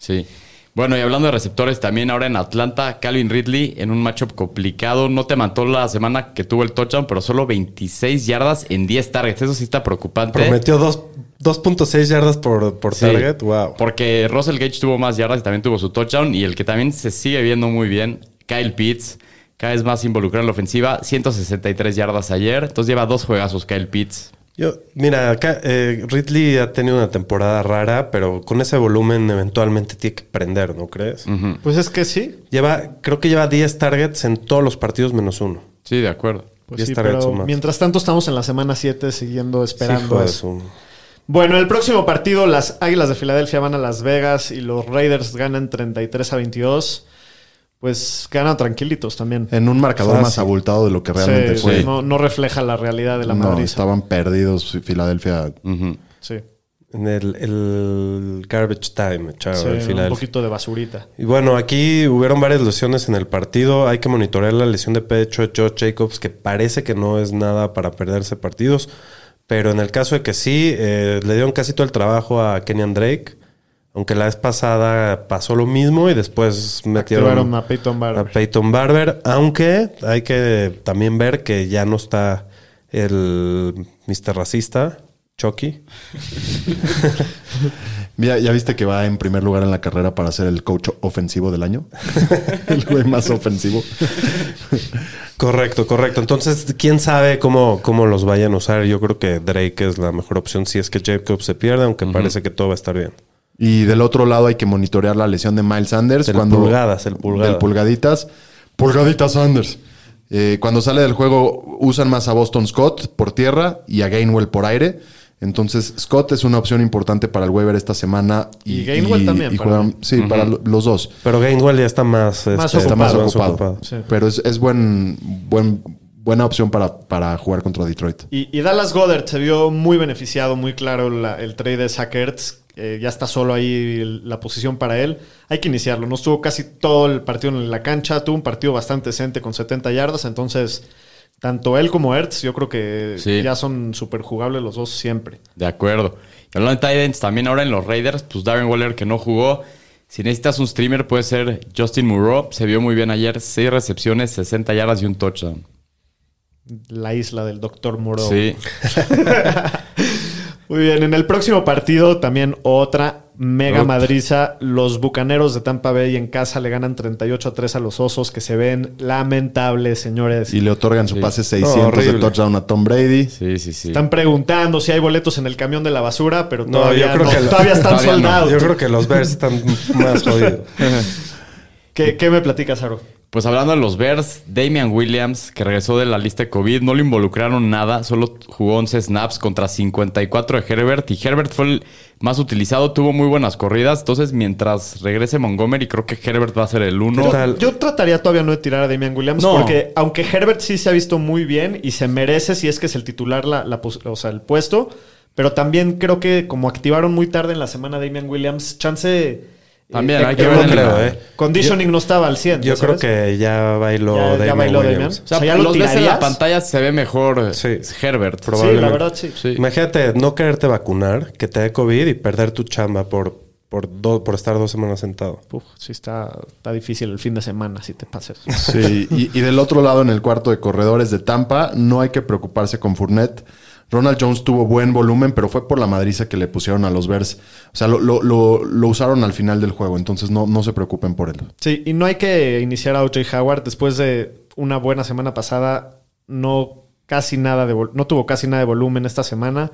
Sí. Bueno, y hablando de receptores, también ahora en Atlanta, Calvin Ridley en un matchup complicado. No te mató la semana que tuvo el touchdown, pero solo 26 yardas en 10 targets. Eso sí está preocupante. Prometió dos- 2.6 yardas por, por Sí. target. Wow. Porque Russell Gage tuvo más yardas y también tuvo su touchdown. Y el que también se sigue viendo muy bien, Kyle Pitts. Cada vez más involucrado en la ofensiva. 163 yardas ayer. Entonces lleva dos juegazos Kyle Pitts. Yo, mira, acá eh, Ridley ha tenido una temporada rara, pero con ese volumen eventualmente tiene que prender, ¿no crees? Mm. pues es que sí. Lleva, creo que lleva 10 targets en todos los partidos menos uno. Sí, de acuerdo. Pues Ya sí, estará pero hecho más. mientras tanto estamos en la semana 7 siguiendo esperando Hijo de eso. su- Bueno, el próximo partido, las Águilas de Filadelfia van a Las Vegas y los Raiders ganan 33 a 22. Pues ganan tranquilitos también. En un marcador Ah, más sí. abultado de lo que Eh, realmente Sí, fue. sí, no, no refleja la realidad de la no, Madrid. estaban perdidos Filadelfia. Ujú. Sí, En el, el garbage time, chavo, sí, al un final. poquito de basurita. Y bueno, aquí hubieron varias lesiones en el partido. Hay que monitorear la lesión de pecho de Josh Jacobs, que parece que no es nada para perderse partidos. Pero en el caso de que sí, eh, le dieron casi todo el trabajo a Kenyan Drake. Aunque la vez pasada pasó lo mismo y después metieron Activaron a Peyton Barber. a Peyton Barber. Aunque hay que también ver que ya no está el Mr. Racista, Chucky. Mira, ¿ya viste que va en primer lugar en la carrera para ser el coach ofensivo del año? el güey más ofensivo. Correcto, correcto. Entonces, quién sabe cómo, cómo los vayan a usar. Yo creo que Drake es la mejor opción si es que Jacobs se pierde, aunque parece que todo va a estar bien. Y del otro lado hay que monitorear la lesión de Miles Sanders. Del cuando, pulgadas, el pulgada. Del pulgaditas. Pulgaditas Sanders. Eh, cuando sale del juego usan más a Boston Scott por tierra y a Gainwell por aire. Entonces Scott es una opción importante para el waiver esta semana. Y Gainwell también, para juegan- mí. sí, para lo- los dos. Pero Gainwell ya está más, Más este, está más ocupado. ocupado. Sí. Pero es, es buen, buen, buena opción para, para jugar contra Detroit. Y, y Dallas Goddard se vio muy beneficiado, muy claro la- el trade de Sackerts. ya está solo ahí el- la posición para él. Hay que iniciarlo. No estuvo casi todo el partido en la cancha. Tuvo un partido bastante decente con 70 yardas. Entonces, tanto él como Ertz, yo creo que Sí. ya son súper jugables los dos siempre. De acuerdo. Y hablando de Titans, también ahora en los Raiders, pues Darren Waller que no jugó. Si necesitas un streamer, puede ser Justin Murrow. Se vio muy bien ayer. 6 recepciones, 60 yardas y un touchdown. La isla del Doctor Muro. Sí. Muy bien, en el próximo partido también otra mega madriza. Los Bucaneros de Tampa Bay en casa le ganan 38 a 3 a los Osos que se ven lamentables, señores. Y le otorgan su Sí. pase No, 600 de horrible. touchdown a Tom Brady. Sí, sí, sí. Están preguntando si hay boletos en el camión de la basura, pero No, todavía, yo creo no, que lo- todavía están todavía no. soldados. Yo creo que los Bears están más jodidos. ¿Qué, qué me platicas, Aro? Pues hablando de los Bears, Damian Williams, que regresó de la lista de COVID, no lo involucraron nada, solo jugó 11 snaps contra 54 de Herbert y Herbert fue el más utilizado, tuvo muy buenas corridas, entonces mientras regrese Montgomery creo que Herbert va a ser el ¿Qué uno. tal? Yo trataría todavía no de tirar a Damian Williams No. porque aunque Herbert sí se ha visto muy bien y se merece si es que es el titular la, la pos- o sea, el puesto, pero también creo que como activaron muy tarde en la semana a Damian Williams, chance... eh, También hay que Yo ver no el- creo, ¿eh? Conditioning no estaba al 100. Yo creo ¿sabes? que ya bailó Ya- ya Damian bailó Damian. Williams. O sea, O sea, ¿ya lo los ves en tirarías? la pantalla se ve mejor Sí. Herbert. Proba- Sí, la probablemente. verdad sí. Sí. Imagínate no quererte vacunar, que te dé COVID y perder tu chamba por, por, do- por estar dos semanas sentado. Uf, sí está, está difícil el fin de semana si te pases. Sí, y, y del otro lado, en el cuarto de corredores de Tampa, no hay que preocuparse con Fournette. Ronald Jones tuvo buen volumen, pero fue por la madriza que le pusieron a los Bears. O sea, lo, lo- lo- lo usaron al final del juego, entonces no, no se preocupen por él. Sí, y no hay que iniciar a O.J. Howard después de una buena semana pasada. No casi nada de vol- no tuvo casi nada de volumen esta semana.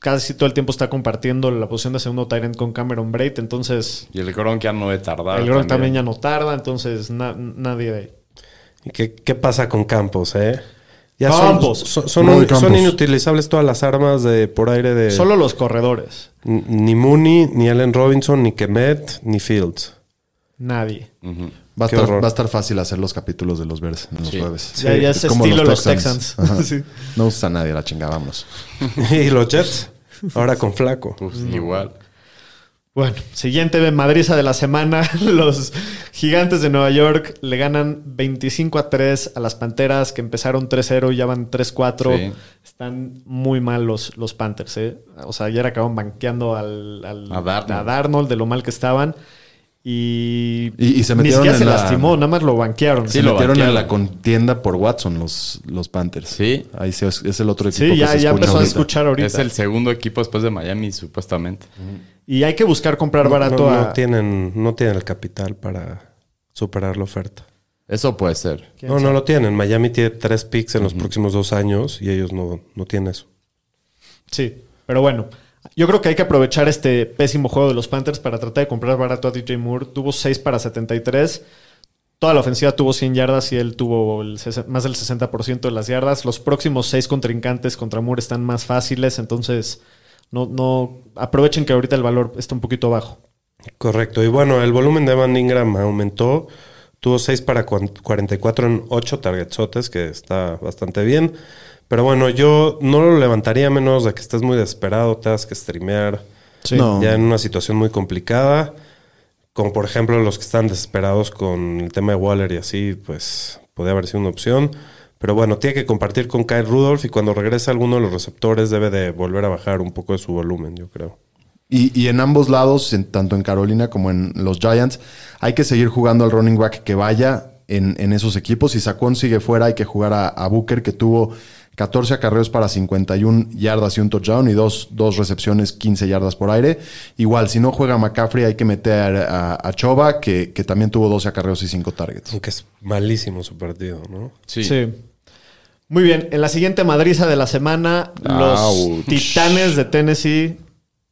Casi todo el tiempo está compartiendo la posición de segundo Tyrant con Cameron Braid, entonces Y el Gronk ya no debe tardar. el Gronk también ya no tarda, entonces na- nadie de ¿Y qué, qué pasa con Campos, eh? Ya Campos. Son, son- son Muy un- son Campos. inutilizables todas las armas de por aire de... solo los corredores, N- Ni Mooney, ni Allen Robinson, ni Kemet, ni Fields. nadie. Va a, Qué estar, horror. va a estar fácil hacer los capítulos de los Bears en los jueves. Ya- ya es como estilo los Texans. Ajá. Sí. No usa a nadie, la chinga, vámonos. y los Jets, ahora con Flaco. Pues igual. Mm, Bueno, siguiente de madriza de la semana. Los gigantes de Nueva York le ganan 25 a 3 a las Panteras que empezaron 3-0 y ya van 3-4. Sí. Están muy mal los, los Panthers. ¿eh? O sea, ayer acabaron banqueando al, al- A Darnold. Darnold de lo mal que estaban. Y, Y- y se ni metieron siquiera en se la- lastimó, nada más lo banquearon. Sí, se lo metieron en banquearon. la contienda por Watson los, los Panthers. Sí. Ahí se- es el otro Sí, equipo que ya, se ya escucha empezó a ahorita. escuchar ahorita. Es el segundo equipo después de Miami, supuestamente. Y hay que buscar comprar No- barato no, no a... tienen, no tienen el capital para superar la oferta. Eso puede ser. ¿Quién No, no lo tienen. Miami tiene tres picks en los próximos dos años y ellos no, no tienen eso. Sí, pero bueno. Yo creo que hay que aprovechar este pésimo juego de los Panthers para tratar de comprar barato a DJ Moore. Tuvo 6 para 73. Toda la ofensiva tuvo 100 yardas y él tuvo el sesen- más del 60% de las yardas. Los próximos 6 contrincantes contra Moore están más fáciles, entonces no, no aprovechen que ahorita el valor está un poquito bajo. Correcto. Y bueno, el volumen de Evan Ingram aumentó. Tuvo 6 para cuan- 44 en 8 targetsotes, que está bastante bien. Pero bueno, yo no lo levantaría a menos de que estés muy desesperado, tengas que streamear. Oh. No. Ya en una situación muy complicada. Como por ejemplo los que están desesperados con el tema de Waller y así, pues podría haber sido una opción. Pero bueno, tiene que compartir con Kyle Rudolph y cuando regrese alguno de los receptores debe de volver a bajar un poco de su volumen, yo creo. Y, y en ambos lados, en- tanto en Carolina como en los Giants, hay que seguir jugando al running back que vaya en, en esos equipos. Si Sacón sigue fuera, hay que jugar a, a Booker, que tuvo 14 acarreos para 51 yardas y un touchdown y dos, dos recepciones, 15 yardas por aire. Igual, si no juega McCaffrey, hay que meter a, a Choba, que, que también tuvo 12 acarreos y 5 targets. Aunque es malísimo su partido, ¿no? Sí. Muy bien, en la siguiente madriza de la semana, Ouch. los Titanes de Tennessee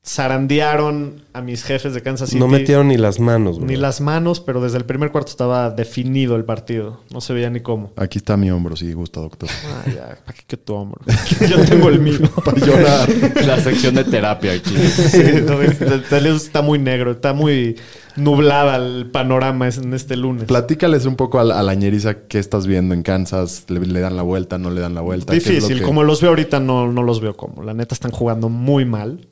zarandearon a mis jefes de Kansas City. No metieron ni las manos, güey. Ni las manos, pero desde el primer cuarto estaba definido el partido. No se veía ni cómo. Aquí está mi hombro, si gusta, doctor. Ah, ya, ¿para qué que tu hombro? Yo tengo el mío. Llora. La sección de terapia aquí. Sí, no, es- este lunes está muy negro, está muy nublada el panorama es- en este lunes. Platícales un poco a la, a la ñeriza qué estás viendo en Kansas. ¿Le, le dan la vuelta? ¿No le dan la vuelta? ¿Qué es lo Difícil, que- como los veo ahorita, no, no los veo como. La neta están jugando muy mal.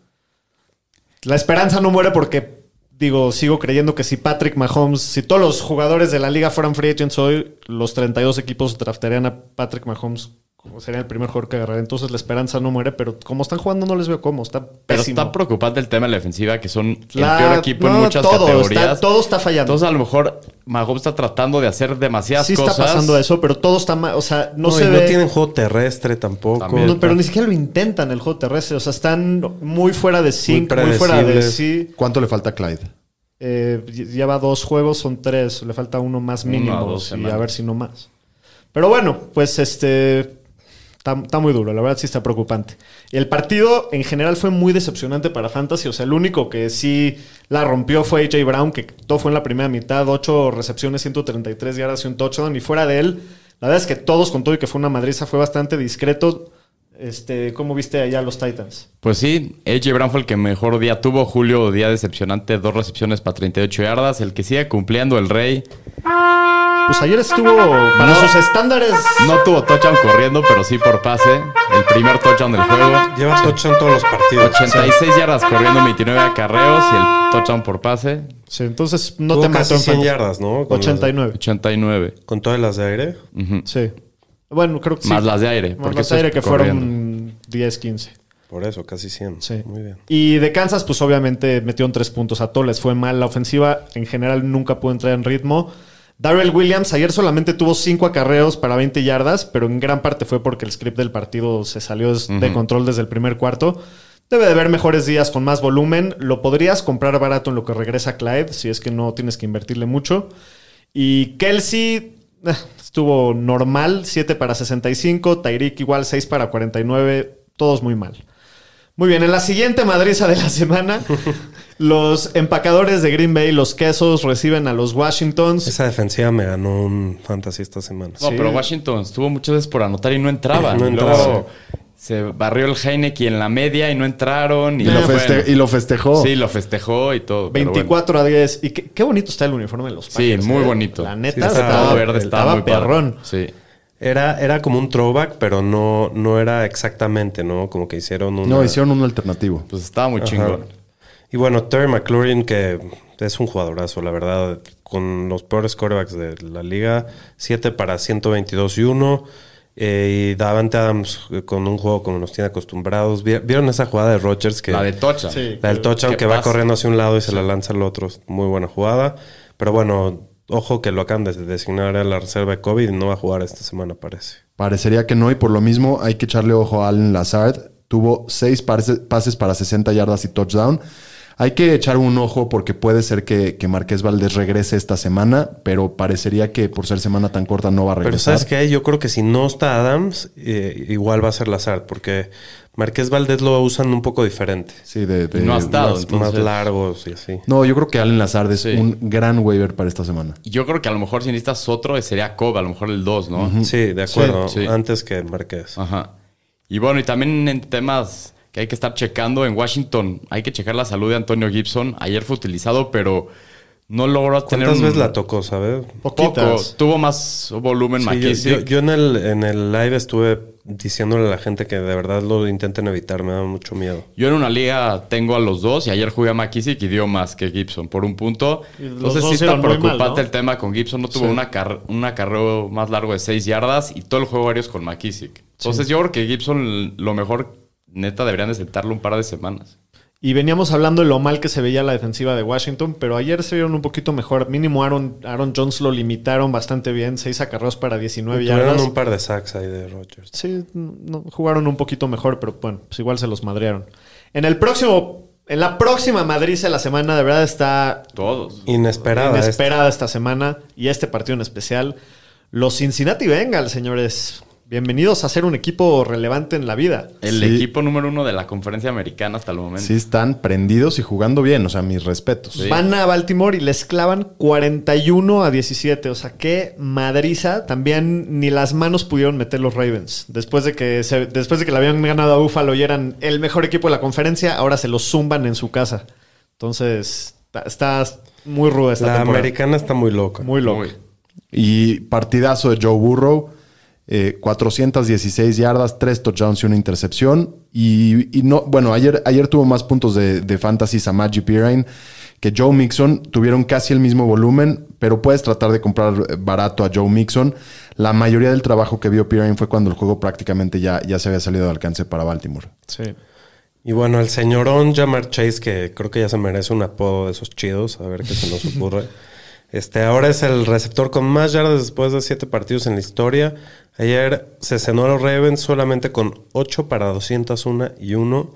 La esperanza no muere porque, digo, sigo creyendo que si Patrick Mahomes, si todos los jugadores de la liga fueran free agents hoy, los 32 equipos draftarían a Patrick Mahomes. Como sería el primer jugador que agarraría. Entonces la esperanza no muere, pero como están jugando no les veo cómo. Está Pero pésimo. está preocupante el tema de la ofensiva, que son La- el peor equipo no, en muchas todo, categorías. está- todo está fallando. Entonces, a lo mejor Mahomes está tratando de hacer demasiadas sí cosas. está pasando eso, pero todo está mal. O sea, no, No, se y ve... no tienen juego terrestre tampoco. También. No, pero ni siquiera lo intentan el juego terrestre. O sea, están muy fuera de sí, muy, fuera de predecibles. sí. ¿Cuánto le falta a Clyde? Eh, lleva dos juegos, son tres. Le falta uno más Uno a mínimo. dos y semanas. a ver si no más. Pero bueno, pues este. Está, está muy duro, la verdad sí está preocupante. Y el partido en general fue muy decepcionante para Fantasy. O sea, el único que sí la rompió fue AJ Brown, que todo fue en la primera mitad, 8 recepciones, 133 yardas y un touchdown. Y fuera de él, la verdad es que todos con todo y que fue una madriza, fue bastante discreto. Este, ¿Cómo viste allá a los Titans? Pues sí, AJ Brown fue el que mejor día tuvo. Julio, día decepcionante, dos recepciones para 38 yardas. El que sigue cumpliendo el rey. Pues ayer estuvo, para sus estándares, No tuvo touchdown corriendo, pero sí por pase. El primer touchdown del juego. Lleva touchdown todos los partidos. 86 yardas corriendo, 29 acarreos y el touchdown por pase. Sí, entonces no Tuvo te casi mató en 100 fantasy. yardas, ¿no? Con 89. 89. Con todas las de aire. Sí. Bueno, creo que sí. Más las de aire, Más porque las de eso es aire que corriendo. fueron 10, 15. Por eso, casi 100. Sí. Muy bien. Y de Kansas, pues obviamente metieron tres puntos a todos. Les fue mal. La ofensiva en general nunca pudo entrar en ritmo. Darrell Williams ayer solamente tuvo cinco acarreos para 20 yardas, pero en gran parte fue porque el script del partido se salió des- de control desde el primer cuarto. Debe de haber mejores días con más volumen. Lo podrías comprar barato en lo que regresa Clyde, si es que no tienes que invertirle mucho. Y Kelsey eh, estuvo normal, 7 para 65. Tyreek igual, 6 para 49. Todos muy mal. Muy bien, en la siguiente madriza de la semana, los empacadores de Green Bay, los quesos, reciben a los Washingtons. Esa defensiva me ganó un fantasy esta semana. No, Sí. pero Washington estuvo muchas veces por anotar y no entraban. No Y entraban. Luego se barrió el Heineken en la media y no entraron. Y, Y, lo bueno, feste- y lo festejó. Sí, lo festejó y todo. pero bueno. 24 a 10. Y qué, qué bonito está el uniforme de los Sí, Packers, muy ¿eh? bonito. La Sí, neta estaba estaba, verde, estaba, estaba muy padre. perrón. Sí. Era, era como un throwback, pero no, no era exactamente, ¿no? Como que hicieron un. No, hicieron un alternativo. Pues estaba muy chingón. Y bueno, Terry McLaurin, que es un jugadorazo, la verdad, con los peores quarterbacks de la liga, 7 para 122 y 1. eh, y Davante Adams eh, con un juego como nos tiene acostumbrados. Vi- ¿Vieron esa jugada de Rodgers que La de Tocha. Sí. la del touchdown que que va pasa. corriendo hacia un lado y se la lanza al otro. Muy buena jugada. Pero bueno, ojo que lo acaban de designar a la reserva de COVID y no va a jugar esta semana, parece. Parecería que no, y por lo mismo hay que echarle ojo a Allen Lazard. Tuvo seis parse- pases para 60 yardas y touchdown. Hay que echar un ojo porque puede ser que, que Marqués Valdés regrese esta semana, pero parecería que por ser semana tan corta no va a Pero regresar. ¿sabes qué? Yo creo que si no está Adams, eh, igual va a ser Lazard, porque Marqués Valdés lo usan un poco diferente. Sí, de, de- Y no ha estado. Más, más entonces- largos y así. No, yo creo que Allen Lazard es Sí. un gran waiver para esta semana. Yo creo que a lo mejor si necesitas otro sería Cobb, a lo mejor el 2, ¿no? Sí, de acuerdo. Sí, Ah, sí. Antes que Marqués. Ajá. Y bueno, y también en temas que hay que estar checando en Washington, hay que checar la salud de Antonio Gibson. Ayer fue utilizado, pero no logró tener ¿Cuántas un- veces la tocó, sabes? Poco. Poquitas. Tuvo más volumen Sí, yo, McKissick. yo- yo en, el, en el live estuve diciéndole a la gente que de verdad lo intenten evitar, me da mucho miedo. Yo en una liga tengo a los dos y ayer jugué a McKissick y dio más que Gibson por un punto. Y los Entonces dos sí está hicieron muy mal, preocupante ¿no? el tema con Gibson. No tuvo una car- un acarreo más largo de seis yardas y todo el juego varios con McKissick. Entonces yo creo que Gibson lo mejor, neta, deberían de sentarlo un par de semanas. Y veníamos hablando de lo mal que se veía la defensiva de Washington, pero ayer se vieron un poquito mejor. Mínimo Aaron, Aaron Jones lo limitaron bastante bien. Seis acarreos para 19 Tuvieron yardas. un par de sacks ahí de Rogers. Sí, no, jugaron un poquito mejor, pero bueno, pues igual se los madrearon. En el próximo, en la próxima madriza de la semana, de verdad está Todos. Inesperada. esta. inesperada esta semana y este partido en especial. Los Cincinnati Bengals, señores, bienvenidos a ser un equipo relevante en la vida. El Sí. equipo número uno de la conferencia americana hasta el momento. Sí, están prendidos y jugando bien, o sea, mis respetos. Sí. Van a Baltimore y les clavan 41 a 17. O sea, qué madriza. También ni las manos pudieron meter los Ravens. Después de que se- después de que le habían ganado a Buffalo y eran el mejor equipo de la conferencia, ahora se los zumban en su casa. Entonces, está, está muy ruda esta La temporada. americana está muy loca. Muy loco. Muy. Y partidazo de Joe Burrow, eh, 416 yardas, 3 touchdowns y una intercepción. Y, y no, bueno, ayer, ayer tuvo más puntos de, de fantasy Samaji Pirine que Joe Mixon. Tuvieron casi el mismo volumen, pero puedes tratar de comprar eh, barato a Joe Mixon. La mayoría del trabajo que vio Pirine fue cuando el juego prácticamente ya, ya se había salido de alcance para Baltimore. Sí. Y bueno, el señorón Jamar Chase, que creo que ya se merece un apodo de esos chidos, a ver qué se nos ocurre. Este, ahora es el receptor con más yardas después de siete partidos en la historia. Ayer se cenó a los Ravens solamente con 8 para 201 y 1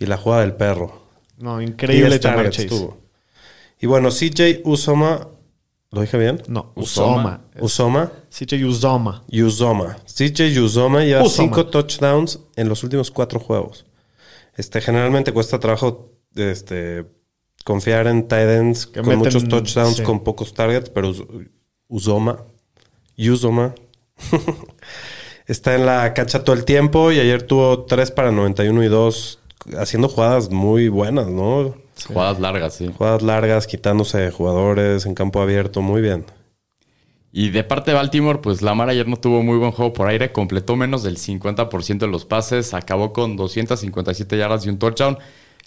y la jugada del perro. No, 10 increíble Jamar targets Chase. tuvo. Y bueno, CJ Usoma ¿Lo dije bien? No, Usoma. Usoma. Usoma. CJ Uzoma. Yuzoma. CJ Yuzoma lleva Usoma. cinco touchdowns en los últimos cuatro juegos. Este, generalmente cuesta trabajo este, confiar en tight ends Que con meten- muchos touchdowns, sí. con pocos targets, pero Uz- Uzoma, Yuzoma está en la cancha todo el tiempo y ayer tuvo tres para 91 y 2, haciendo jugadas muy buenas, ¿no? Jugadas largas, sí. Jugadas largas, quitándose de jugadores en campo abierto, muy bien. Y de parte de Baltimore, pues Lamar ayer no tuvo muy buen juego por aire, completó menos del 50% de los pases, acabó con 257 yardas y un touchdown.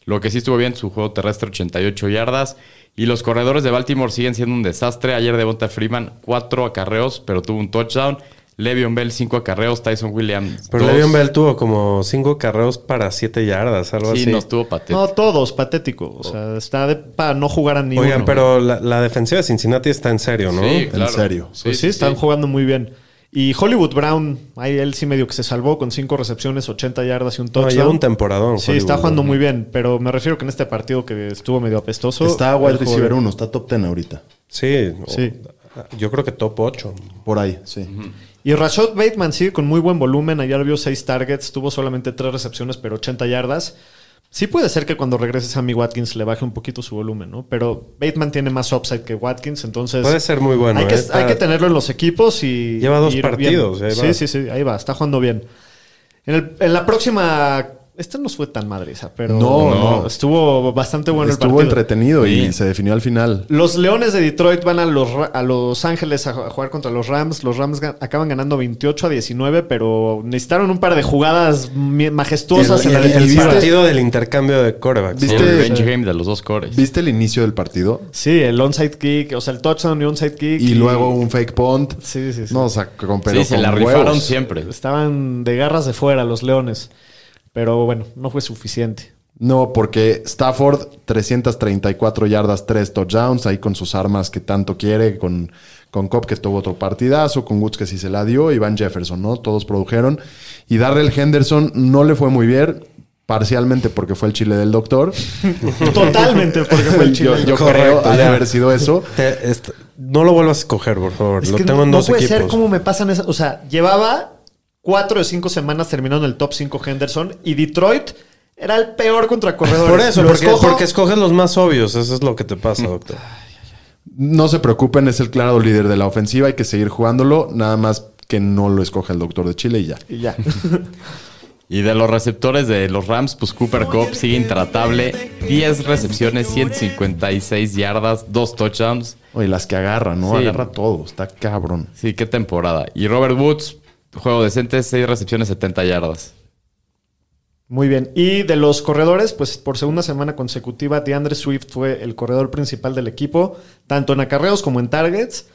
Lo que sí estuvo bien, su juego terrestre 88 yardas. Y los corredores de Baltimore siguen siendo un desastre. Ayer Devonta Freeman, 4 acarreos, pero tuvo un touchdown. Le'Veon Bell, 5 acarreos. Tyson Williams, Pero dos. Le'Veon Bell tuvo como cinco carreos para siete yardas, algo Sí, así. no estuvo patético. No, todos, patético. O sea, está de- para no jugar a ni Oigan, uno. pero la, la defensiva de Cincinnati está en serio, ¿no? Sí, claro. serio. Pues sí, están jugando muy bien. Y Hollywood Brown, ahí él sí medio que se salvó con cinco recepciones, 80 yardas y un No, touchdown. lleva un temporadón. Sí, Hollywood, ¿eh? está jugando ¿no? muy bien, pero me refiero que en este partido que estuvo medio apestoso. Está él wide jugó receiver bien. 1, está top 10 ahorita. Sí, o- Sí. Yo creo que top 8. Por ahí, sí. Y Rashad Bateman sigue con muy buen volumen. Ayer vio seis targets, tuvo solamente tres recepciones, pero 80 yardas. Sí puede ser que cuando regrese Sammy Watkins le baje un poquito su volumen, ¿no? Pero Bateman tiene más upside que Watkins, entonces... Puede ser muy bueno. hay, que, ¿eh? Está- hay que tenerlo en los equipos y. Lleva dos y ir partidos, bien. ahí va. Sí, sí, sí, ahí va, está jugando bien. En, el- en la próxima. Esta no fue tan madriza, pero. No, no. Estuvo bastante bueno Estuvo el partido. entretenido y Sí. se definió al final. Los Leones de Detroit van a Los, Ra- a los Ángeles a ju- a jugar contra los Rams. Los Rams gan- acaban ganando 28 a 19, pero necesitaron un par de jugadas mi- majestuosas El- en la el- el defensa. ¿Viste? partido del intercambio de corebacks. Sí, ¿Viste? el revenge game de los dos cores. ¿Viste el inicio del partido? Sí, el onside kick, o sea, el touchdown y onside kick. Y luego un fake punt. Sí, sí, sí. No, o sea, con, pero Sí, se con la rifaron huevos. siempre. Estaban de garras de fuera los Leones. Pero bueno, no fue suficiente. No, porque Stafford, 334 yardas, 3 touchdowns, ahí con sus armas que tanto quiere, con, con Cobb que estuvo otro partidazo, con Woods que sí se la dio, y Van Jefferson, ¿no? Todos produjeron. Y Darrell Henderson no le fue muy bien, parcialmente porque fue el chile del doctor. Totalmente, porque fue el chile. Yo, yo Correcto, creo ha de ya. haber sido eso. Te- est- no lo vuelvas a escoger, por favor. Es lo que tengo no, en no dos puede equipos. ser cómo me pasan esas. O sea, llevaba cuatro o cinco semanas terminando en el top 5 Henderson y Detroit era el peor contra corredores. Por eso, Lo porque, escojo, porque escoges los más obvios. Eso es lo que te Mm. pasa, doctor. No se preocupen, es el claro líder de la ofensiva, hay que seguir jugándolo, nada más que no lo escoja el doctor de Chile y ya. Y ya. Y de los receptores de los Rams, pues Cooper Cup sigue intratable. 10 recepciones, 156 yardas, 2 touchdowns. Oye, las que agarra, ¿no? Sí. Agarra todo, está cabrón. Sí, qué temporada. Y Robert Woods, juego decente, 6 recepciones, 70 yardas. Muy bien. Y de los corredores, pues por segunda semana consecutiva, DeAndre Swift fue el corredor principal del equipo, tanto en acarreos como en targets.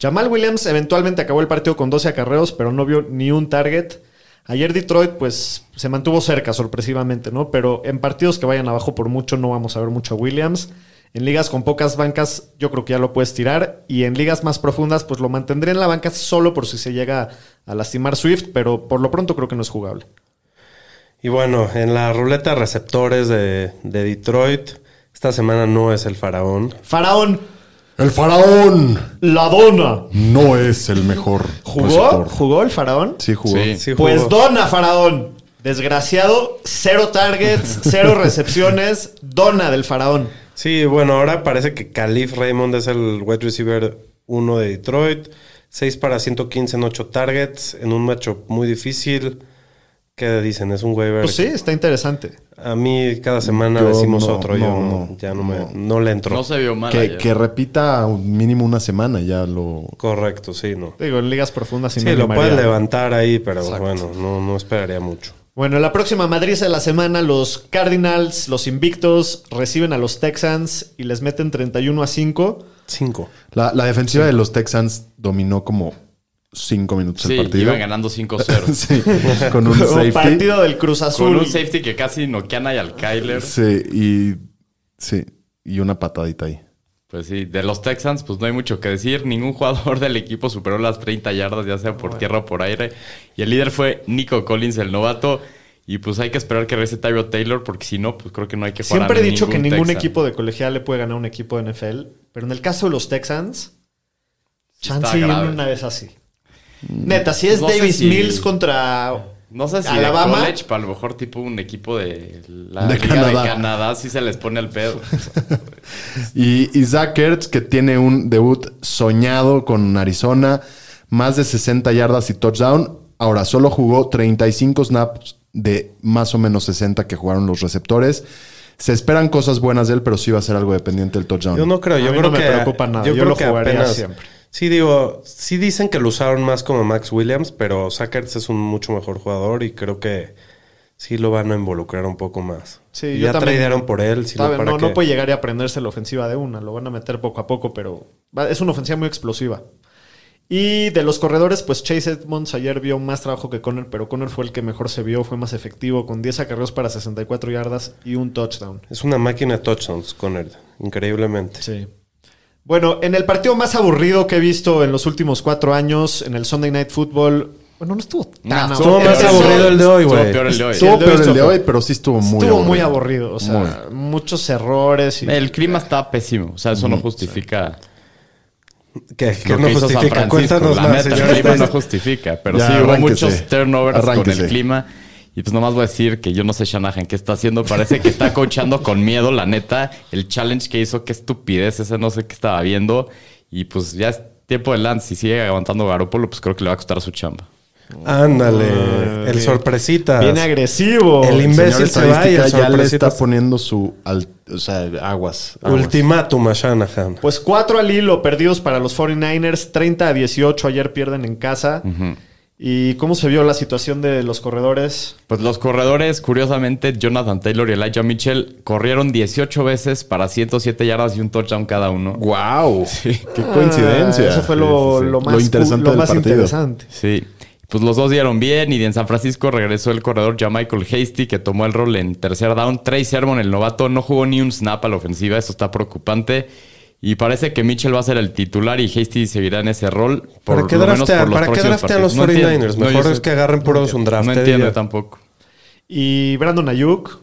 Jamal Williams eventualmente acabó el partido con 12 acarreos, pero no vio ni un target. Ayer Detroit, pues se mantuvo cerca sorpresivamente, ¿no? Pero en partidos que vayan abajo por mucho, no vamos a ver mucho a Williams. En ligas con pocas bancas, yo creo que ya lo puedes tirar. Y en ligas más profundas, pues lo mantendré en la banca solo por si se llega a lastimar Swift, pero por lo pronto creo que no es jugable. Y bueno, en la ruleta de receptores de, de Detroit, esta semana no es el faraón. Faraón, El faraón La dona. Pues no es el mejor. ¿Jugó? receptor. ¿Jugó el faraón? Sí jugó. Sí. Sí jugó. Pues dona, faraón. Desgraciado, cero targets, cero recepciones, dona del faraón. Sí, bueno, ahora parece que Calif Raymond es el wide receiver 1 de Detroit. 6 para 115 en 8 targets, en un matchup muy difícil. ¿Qué dicen? Es un waiver. Pues sí, está interesante. A mí cada semana Yo decimos no, otro. no, yo no, no, ya no, no. me, no le entro. No se vio mal. Que, ayer. que repita un mínimo una semana ya lo... Correcto, sí, no. Digo, en ligas profundas y Sí, me lo animaría. puedes levantar ahí, pero bueno, no, no esperaría mucho. Bueno, la próxima Madrid de la semana, los Cardinals, los Invictos, reciben a los Texans y les meten 31 a 5. 5. La, la defensiva de los Texans dominó como cinco minutos Sí, el partido. iban ganando 5-0. Sí, con un Un safety. partido del Cruz Con Azul. un safety que casi noquean ahí al Kyler. Sí, y sí, y una patadita ahí. Pues sí, de los Texans, pues no hay mucho que decir. Ningún jugador del equipo superó las 30 yardas, ya sea por tierra o por aire. Y el líder fue Nico Collins, el novato. Y pues hay que esperar que regrese Tyrod Taylor, porque si no, pues creo que no hay que jugar. a Siempre he dicho que ningún Texan. equipo de colegial le puede ganar a un equipo de NFL, pero en el caso de los Texans, Chance y grave. una vez así. Mm. Neta, si es No sé Davis si- Mills contra. No sé si Alabama. de college, pero a lo mejor tipo un equipo de la De Liga Canadá. de Canadá sí se les pone el pedo. Y Isaac Ertz, que tiene un debut soñado con Arizona, más de 60 yardas y touchdown. Ahora solo jugó 35 snaps de más o menos 60 que jugaron los receptores. Se esperan cosas buenas de él, pero sí va a ser algo dependiente del touchdown. Yo no creo, A yo mí creo no que. me preocupa nada, yo creo lo que jugaría siempre. Sí, digo, sí dicen que lo usaron más como Max Williams, pero Sackers es un mucho mejor jugador y creo que sí lo van a involucrar un poco más. Sí, Y yo ya también- tradearon por él, sí, Sabe, para no, que- no puede llegar y aprenderse la ofensiva de una. Lo van a meter poco a poco, pero va- es una ofensiva muy explosiva. Y de los corredores, pues Chase Edmonds ayer vio más trabajo que Conner, pero Conner fue el que mejor se vio, fue más efectivo, con 10 acarreos para 64 yardas y un touchdown. Es una máquina de touchdowns, Conner, increíblemente. Sí. Bueno, en el partido más aburrido que he visto en los últimos cuatro años, en el Sunday Night Football, bueno, no estuvo tan No, Estuvo más Empezó- aburrido el de hoy, Estuvo güey. peor el de hoy. Estuvo- Sí, Estuvo peor el de el de hoy hoy, pero sí estuvo muy Estuvo aburrido. muy aburrido, o sea, muchos errores. Y, El clima está pésimo. O sea, eso no justifica. Que, que lo no que hizo San justifica. Francisco, Cuéntanos la más, neta, señor. El clima no Stace. justifica, pero Ya, sí hubo arránquese, muchos turnovers con arránquese. el clima. Y pues nomás voy a decir que yo no sé Shanahan qué está haciendo. Parece que está coachando con miedo, la neta. El challenge que hizo, qué estupidez ese, no sé qué estaba viendo. Y pues ya es tiempo de Lance. Si sigue aguantando Garópolo, pues creo que le va a costar su chamba. Ándale, Ah, el ok. sorpresita. Bien agresivo. El El señor imbécil se va y estadística el ya le sorpresita está se- poniendo su al- o sea, aguas, aguas. Ultimátum a Shanahan. Pues cuatro al hilo perdidos para los 49ers, 30 a 18 ayer pierden en casa. ¿Y cómo se vio la situación de los corredores? Pues los corredores, curiosamente, Jonathan Taylor y Elijah Mitchell corrieron 18 veces para 107 yardas y un touchdown cada uno. ¡Wow! ¡Qué coincidencia! Ah, eso fue lo, Sí, sí, sí. lo más, interesante cu- lo del más partido. interesante. Sí. Pues los dos dieron bien y en San Francisco regresó el corredor ya Michael Hasty que tomó el rol en tercer down. Trey Sermon, el novato, no jugó ni un snap a la ofensiva. Eso está preocupante. Y parece que Mitchell va a ser el titular y Hasty seguirá en ese rol. por ¿Para qué lo menos por draftean? los ¿Para qué próximos draftean partidos. los No entiendo. 49ers? No, yo Mejor sé- es que agarren puros un draft. No entiendo tampoco. Y Brandon Ayuk,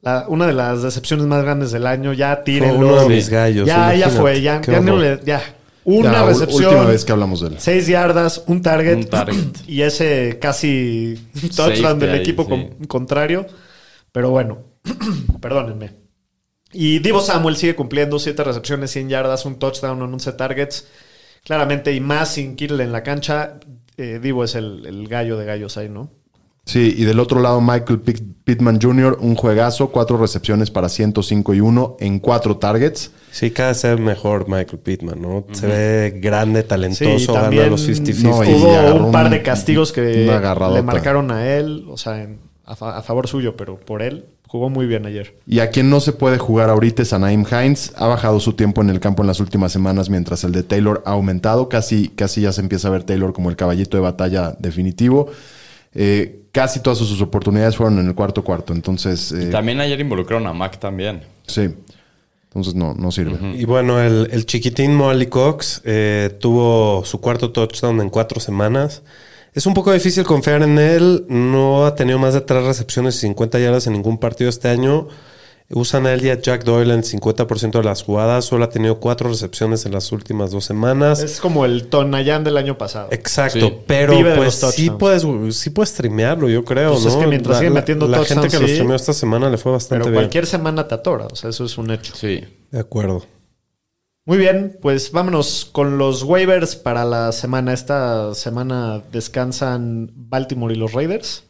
la- una de las decepciones más grandes del año, ya tírenlo. uno de mis gallos, Ya, ya imagínate. fue, ya, Qué ya no horror. le- ya. Una Ya, ul- recepción. Última vez que hablamos de él. Seis yardas, un target, Un target. y ese casi touchdown Safety del ahí, equipo sí. con- contrario. Pero bueno, perdónenme. Y Divo Samuel sigue cumpliendo siete recepciones, 100 yardas, un touchdown en 11 targets. Claramente, y más sin Kittle en la cancha, eh, Divo es el, el gallo de gallos ahí, ¿no? Sí, y del otro lado Michael Pitt- Pittman Jr., un juegazo, cuatro recepciones para 105 y 1 en cuatro targets. Sí, cada vez es mejor Michael Pittman, ¿no? Se ve grande, talentoso, Sí, gana también los 50-50. No, y tuvo agarró un par un- de castigos que una agarradota. le marcaron a él, o sea, en- a, fa- a favor suyo, pero por él jugó muy bien ayer. Y a quien no se puede jugar ahorita es a Naim Hines. Ha bajado su tiempo en el campo en las últimas semanas, mientras el de Taylor ha aumentado. Casi, casi ya se empieza a ver Taylor como el caballito de batalla definitivo. Eh, casi todas sus oportunidades fueron en el cuarto cuarto. Entonces, eh, Y También ayer involucraron a Mac también. sí. Entonces no, no sirve. Y bueno, el, el chiquitín Molly Cox eh, tuvo su cuarto touchdown en cuatro semanas. Es un poco difícil confiar en él. No ha tenido más de tres recepciones y 50 yardas en ningún partido este año. Usan a él y a Jack Doyle en 50% de las jugadas. Solo ha tenido cuatro recepciones en las últimas dos semanas. Es como el Tonayán del año pasado. Exacto, Sí. pero Vive de pues los sí touchdowns. puedes, sí puedes streamearlo, yo creo, Pues ¿no? es que mientras La- sigue la- metiendo La gente touchdowns, que lo sí. streameó esta semana le fue bastante Pero bien. cualquier semana te atora, o sea, eso es un hecho. Sí. De acuerdo. Muy bien, pues vámonos con los waivers para la semana. Esta semana descansan Baltimore y los Raiders.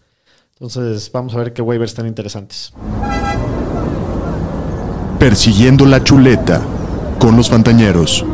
Entonces vamos a ver qué waivers tan interesantes. Persiguiendo la chuleta con los pantañeros.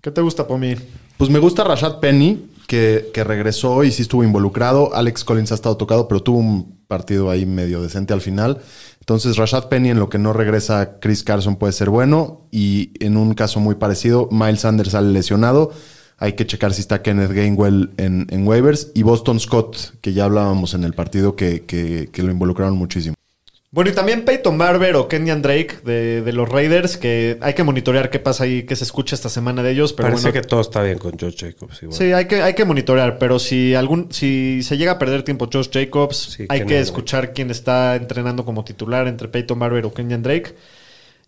¿Qué te gusta, Pomi? Pues me gusta Rashad Penny, que, que regresó y sí estuvo involucrado. Alex Collins ha estado tocado, pero tuvo un partido ahí medio decente al final. Entonces, Rashad Penny, en lo que no regresa Chris Carson, puede ser bueno. Y en un caso muy parecido, Miles Sanders sale lesionado. Hay que checar si está Kenneth Gainwell en, en waivers. Y Boston Scott, que ya hablábamos en el partido, que, que- que lo involucraron muchísimo. Bueno, y también Peyton Barber o Kenyan Drake de, de los Raiders, que hay que monitorear qué pasa ahí, qué se escucha esta semana de ellos. Pero Parece bueno, que todo está bien con George Jacobs. Igual. Sí, hay que, hay que monitorear, pero si algún si se llega a perder tiempo Josh Jacobs, Sí, hay que que, no, güey. escuchar quién está entrenando como titular entre Peyton Barber o Kenyan Drake.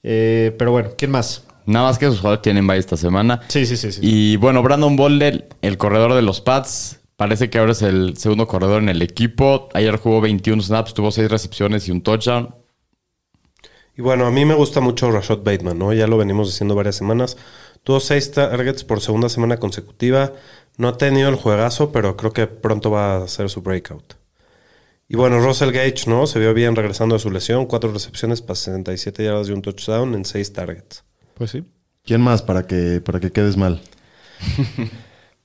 Eh, pero bueno, ¿quién más? Nada más que sus jugadores tienen bye esta semana. Sí, sí, sí. sí. Y bueno, Brandon Bolden, el corredor de los Pats, parece que ahora es el segundo corredor en el equipo. Ayer jugó 21 snaps, tuvo 6 recepciones y un touchdown. Y bueno, a mí me gusta mucho Rashad Bateman, ¿no? Ya lo venimos diciendo varias semanas. Tuvo seis targets por segunda semana consecutiva. No ha tenido el juegazo, pero creo que pronto va a hacer su breakout. Y bueno, Russell Gage, ¿no? Se vio bien regresando de su lesión. Cuatro recepciones para 67 yardas y un touchdown en seis targets. Pues sí. ¿Quién más para que, para que quedes mal?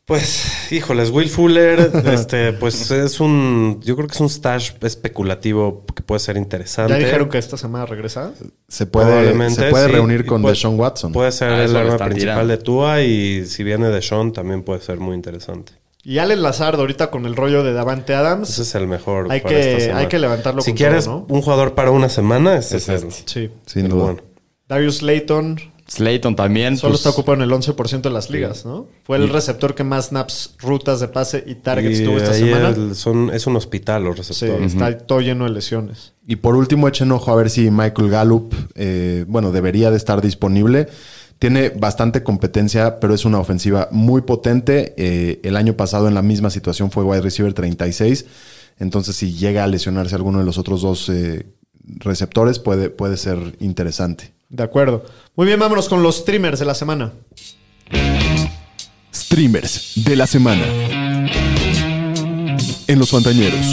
Pues, híjoles, Will Fuller, este, pues es un, yo creo que es un stash especulativo que puede ser interesante. ¿Ya dijeron que esta semana regresa? Se puede, Probablemente, se puede sí. reunir Y con puede- Deshaun Watson. Puede ser Ah, eso el lo arma están principal tirando. de Tua y si viene de Sean también puede ser muy interesante. Y Allen Lazard ahorita con el rollo de Davante Adams. Ese es el mejor. Hay para que- esta semana. hay que levantarlo Si con quieres todo, ¿no? un jugador para una semana, ese Es es, este. el- Sí. sin el duda. bueno. Darius Layton Slayton también. solo pues, está ocupado en el 11% de las ligas, ¿no? Fue el receptor que más snaps, rutas de pase y targets Y tuvo esta ahí semana. el- son, es un hospital los Sí, receptores. está todo lleno de lesiones. Y por último, echen ojo a ver si Michael Gallup, eh, bueno, debería de estar disponible. Tiene bastante competencia, pero es una ofensiva muy potente. Eh, el año pasado en la misma situación fue wide receiver 36. Entonces, si llega a lesionarse alguno de los otros dos eh, receptores, puede, puede ser interesante. De acuerdo. Muy bien, vámonos con los streamers de la semana. Streamers de la semana. En los Fantañeros.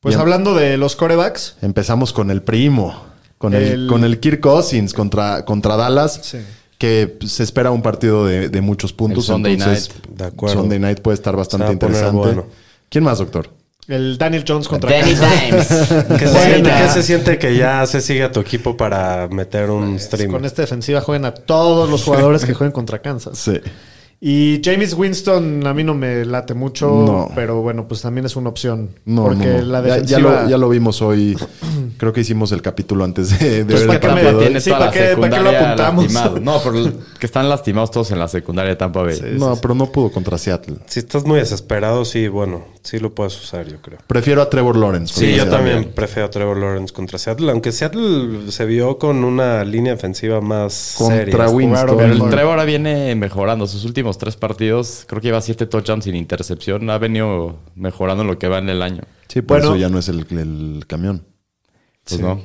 Pues Bien. hablando de los corebacks. Empezamos con el primo, con el, El- con el Kirk Cousins contra, contra Dallas, Sí. que pues, se espera un partido de, de muchos puntos. El Sunday entonces, night. De acuerdo. Sunday night puede estar bastante Se va a poner interesante. bueno. ¿Quién más, doctor? El Daniel Jones contra Danny Kansas. Dimes. ¿Qué, se Buena. siente, qué se siente que ya se sigue a tu equipo para meter un stream? Pues, Con esta defensiva juegan a todos los jugadores que juegan contra Kansas. Sí. Y James Winston a mí no me late mucho, No. pero bueno, pues también es una opción. No, porque no, no. la Ya- defensiva... ya, lo, ya lo vimos hoy. Creo que hicimos el capítulo antes de, de Pues, ver ¿para el qué me partido. detienes? Tiene Sí, ¿para toda la qué- para qué lo secundaria apuntamos? lastimado. No, pero que están lastimados todos en la secundaria de Tampa Bay. No, pero no pudo contra Seattle. Si estás muy desesperado, sí, bueno, sí lo puedes usar, yo creo. Prefiero a Trevor Lawrence. Sí, contra yo Seattle. también prefiero a Trevor Lawrence contra Seattle, aunque Seattle se vio con una línea ofensiva más Contra seria. Winston. Pero el Trevor ahora viene mejorando. Sus últimos tres partidos, creo que lleva siete touchdowns sin intercepción. Ha venido mejorando lo que va en el año. Sí, por Bueno. eso ya no es el, el camión. Pues no.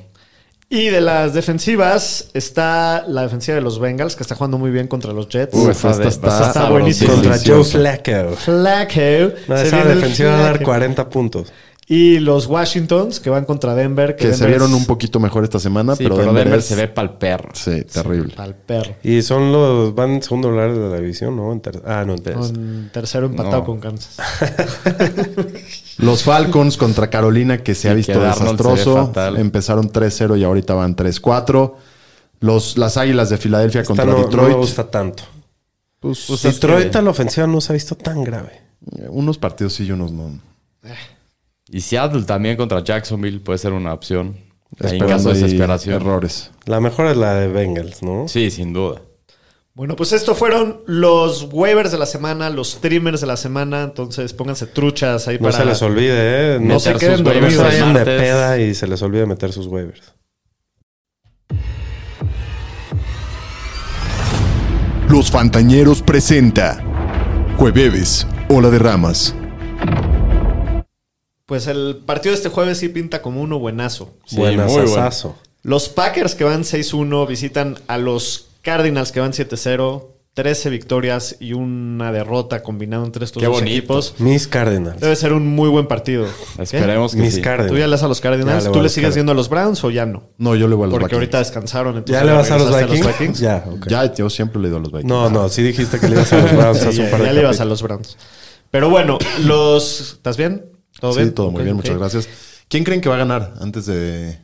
Y de las defensivas está la defensiva de los Bengals, que está jugando muy bien contra los Jets. Uf, esa esta de- está- esa está sabrosa. buenísima. Contra Deliciosa. Joe Flacco. Flacco. No, Se esa viene el defensiva va a dar Flacco. 40 puntos. Y los Washingtons, que van contra Denver. Que se Denver vieron es un poquito mejor esta semana, Sí, pero, pero Denver, es- se ve pa'l perro. Sí, terrible. Al perro. Y son los. Van en segundo lugar de la división, ¿no? En ter- ah, no, en tercero. Con tercero empatado No. con Kansas. Los Falcons contra Carolina, que se ha Sí, visto que Darnold se ve desastroso. fatal. Empezaron 3-0 y ahorita van 3-4. Los, las Águilas de Filadelfia Esta contra no, no Detroit. me gusta tanto. Pues, Detroit que- a la ofensiva no se ha visto tan grave. unos partidos sí y unos no. Y Seattle también contra Jacksonville puede ser una opción. Ahí en Esperando caso de ahí desesperación. Errores. La mejor es la de Bengals, ¿no? Sí, sin duda. Bueno, pues estos fueron los waivers de la semana, los streamers de la semana. Entonces pónganse truchas ahí No para. se les olvide, ¿eh? No, No se se- queden no se dormidos. vayan de Martes. peda y se les olvide meter sus waivers. Los Fantañeros presenta. Jueves, Ola de Ramas. Pues el partido de este jueves sí pinta como uno buenazo. Sí, Buenas, muy bueno. asazo. Los Packers que van 6-1 visitan a los Cardinals que van 7-0. 13 victorias y una derrota combinado entre estos Qué dos bonito. equipos. Mis Cardinals. Debe ser un muy buen partido. ¿Qué? Esperemos que Mis sí. ¿Tú ya Cardinals. le das a los Cardinals? Ya le voy ¿Tú a le los sigues Cardinals. viendo a los Browns o ya no? No, yo le voy a los Porque Vikings. ahorita descansaron. Entonces ¿Ya le vas a los regresaste Vikings? Ya, ok. Ya, yo siempre le he ido a los Vikings. No, no, sí dijiste que le ibas a los Browns hace Sí, un ya, par de ya le ibas a capítulos. los Browns. Pero bueno, los... ¿Estás bien? ¿Todo sí, bien? todo muy Ok, bien, ok. muchas gracias. ¿Quién creen que va a ganar antes de...?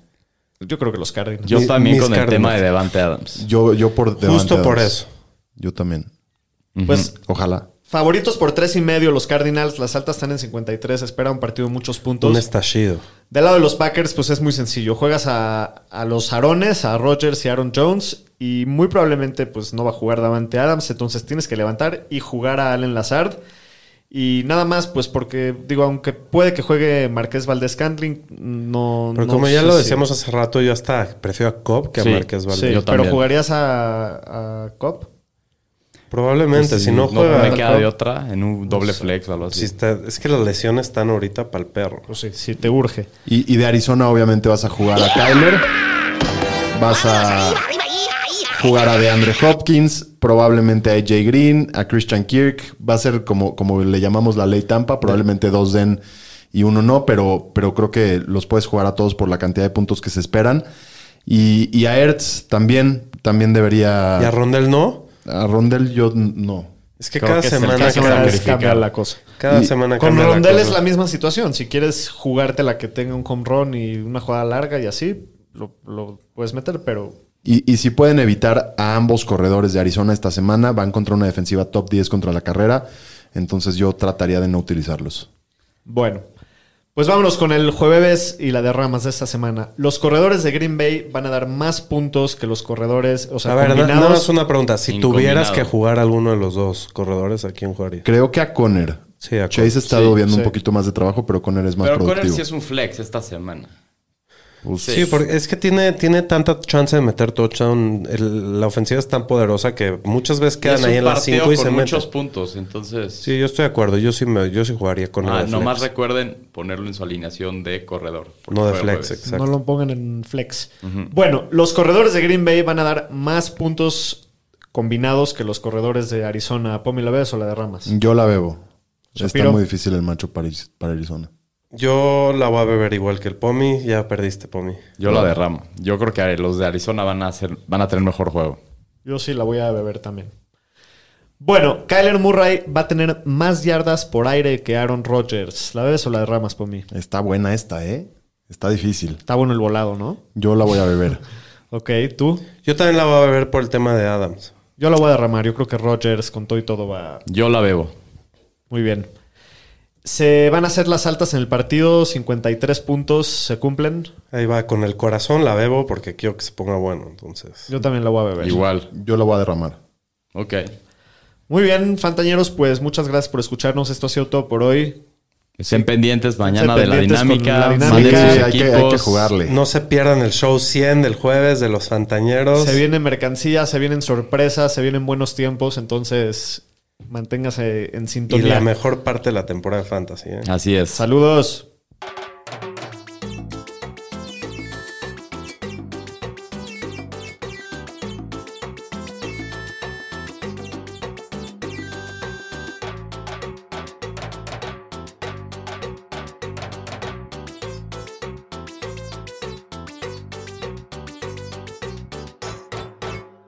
Yo creo que los Cardinals. Yo Mi- también mis con el Cardinals. tema de Devante Adams. Yo, yo por Devante Justo por Adams. eso. Yo también. Mm, Pues Ojalá. favoritos por tres y medio los Cardinals. Las altas están en 53. Espera un partido de muchos puntos. Un estallido. Del lado de los Packers, pues es muy sencillo. Juegas a, a los Arones, a Rodgers y Aaron Jones, y muy probablemente pues no va a jugar Davante Adams, entonces tienes que levantar y jugar a Allen Lazard. Y nada más, pues porque, digo, aunque puede que juegue Marqués Valdés Cantling, no. Pero no como ya sé lo si- decíamos hace rato, yo hasta prefiero a Cobb que Sí, a Márquez Valdés. Sí, yo pero también. jugarías a, a Cop. Probablemente, si no juega. pues me queda de otra en un doble flex o algo así. si está- es que las lesiones están ahorita para el perro. Pues sí, si te urge. Y, y de Arizona obviamente vas a jugar a Kyler. Vas a jugar a DeAndre Hopkins, probablemente a AJ Green, a Christian Kirk. Va a ser como, como le llamamos la ley Tampa, probablemente dos den y uno no, pero, pero creo que los puedes jugar a todos por la cantidad de puntos que se esperan. Y, y a Ertz también, también debería... ¿Y a Rondel no? a Rondell yo n- no. Es que Creo cada que es el semana. caso cambia- más Cada, Es cambiar la cosa. Y semana. Con cambia la Rondel es cosa. la misma situación. Si quieres jugarte la que tenga un home run y una jugada larga y así, lo, lo puedes meter, pero Y, y si pueden evitar a ambos corredores de Arizona esta semana, van contra una defensiva top 10 contra la carrera. Entonces yo trataría de no utilizarlos. bueno. Pues vámonos con el jueves y la de ramas de esta semana. Los corredores de Green Bay van a dar más puntos que los corredores, o sea, a ver, na- nada combinados. más una pregunta. Si Incombinado. tuvieras que jugar alguno de los dos corredores, ¿a quién jugaría? Creo que a Conner. Sí, a Chase ha estado Sí, viendo sí. un poquito más de trabajo, pero Conner es más Pero Conner productivo. sí es un flex esta semana. Pues, Sí, porque es que tiene, tiene tanta chance de meter touchdown. El- la ofensiva es tan poderosa que muchas veces Y es quedan ahí un en las partido 5 y con se meten. muchos puntos, entonces... Sí, yo estoy de acuerdo. Yo sí, me, yo sí jugaría con Ah, el de nomás flex. recuerden ponerlo en su alineación de corredor. porque No de juega flex, jueves. exacto. No lo pongan en flex. Bueno, los corredores de Green Bay van a dar más puntos combinados que los corredores de Arizona. ¿Pomi la ves o la de ramas? Yo la bebo. Shapiro. Está muy difícil el macho para, Is- para Arizona. Yo la voy a beber igual que el Pomi. Ya perdiste, Pomi. Yo la derramo. Yo creo que los de Arizona van a, hacer, van a tener mejor juego. Yo sí la voy a beber también. Bueno, Kyler Murray va a tener más yardas por aire que Aaron Rodgers. ¿La bebes o la derramas por mí? Está buena esta, ¿eh? Está difícil. Está bueno el volado, ¿no? Yo la voy a beber. Ok, ¿tú? Yo también la voy a beber por el tema de Adams. Yo la voy a derramar. Yo creo que Rodgers con todo y todo va Yo la bebo. muy bien. Se van a hacer las altas en el partido. 53 puntos se cumplen. Ahí va, con el corazón la bebo porque quiero que se ponga bueno. Entonces, Yo también la voy a beber. Igual. Yo la voy a derramar. Ok. Muy bien, Fantañeros, pues muchas gracias por escucharnos. Esto ha sido todo por hoy. Estén pendientes mañana Estén de la pendientes con dinámica. la dinámica. Sí, manden sus hay, que, hay que equipos. jugarle. no se pierdan el show 100 del jueves de los Fantañeros. Se vienen mercancías, se vienen sorpresas, se vienen buenos tiempos. Entonces, manténgase en y sintonía. la mejor parte de la temporada de Fantasy. ¿eh? Así es. Saludos.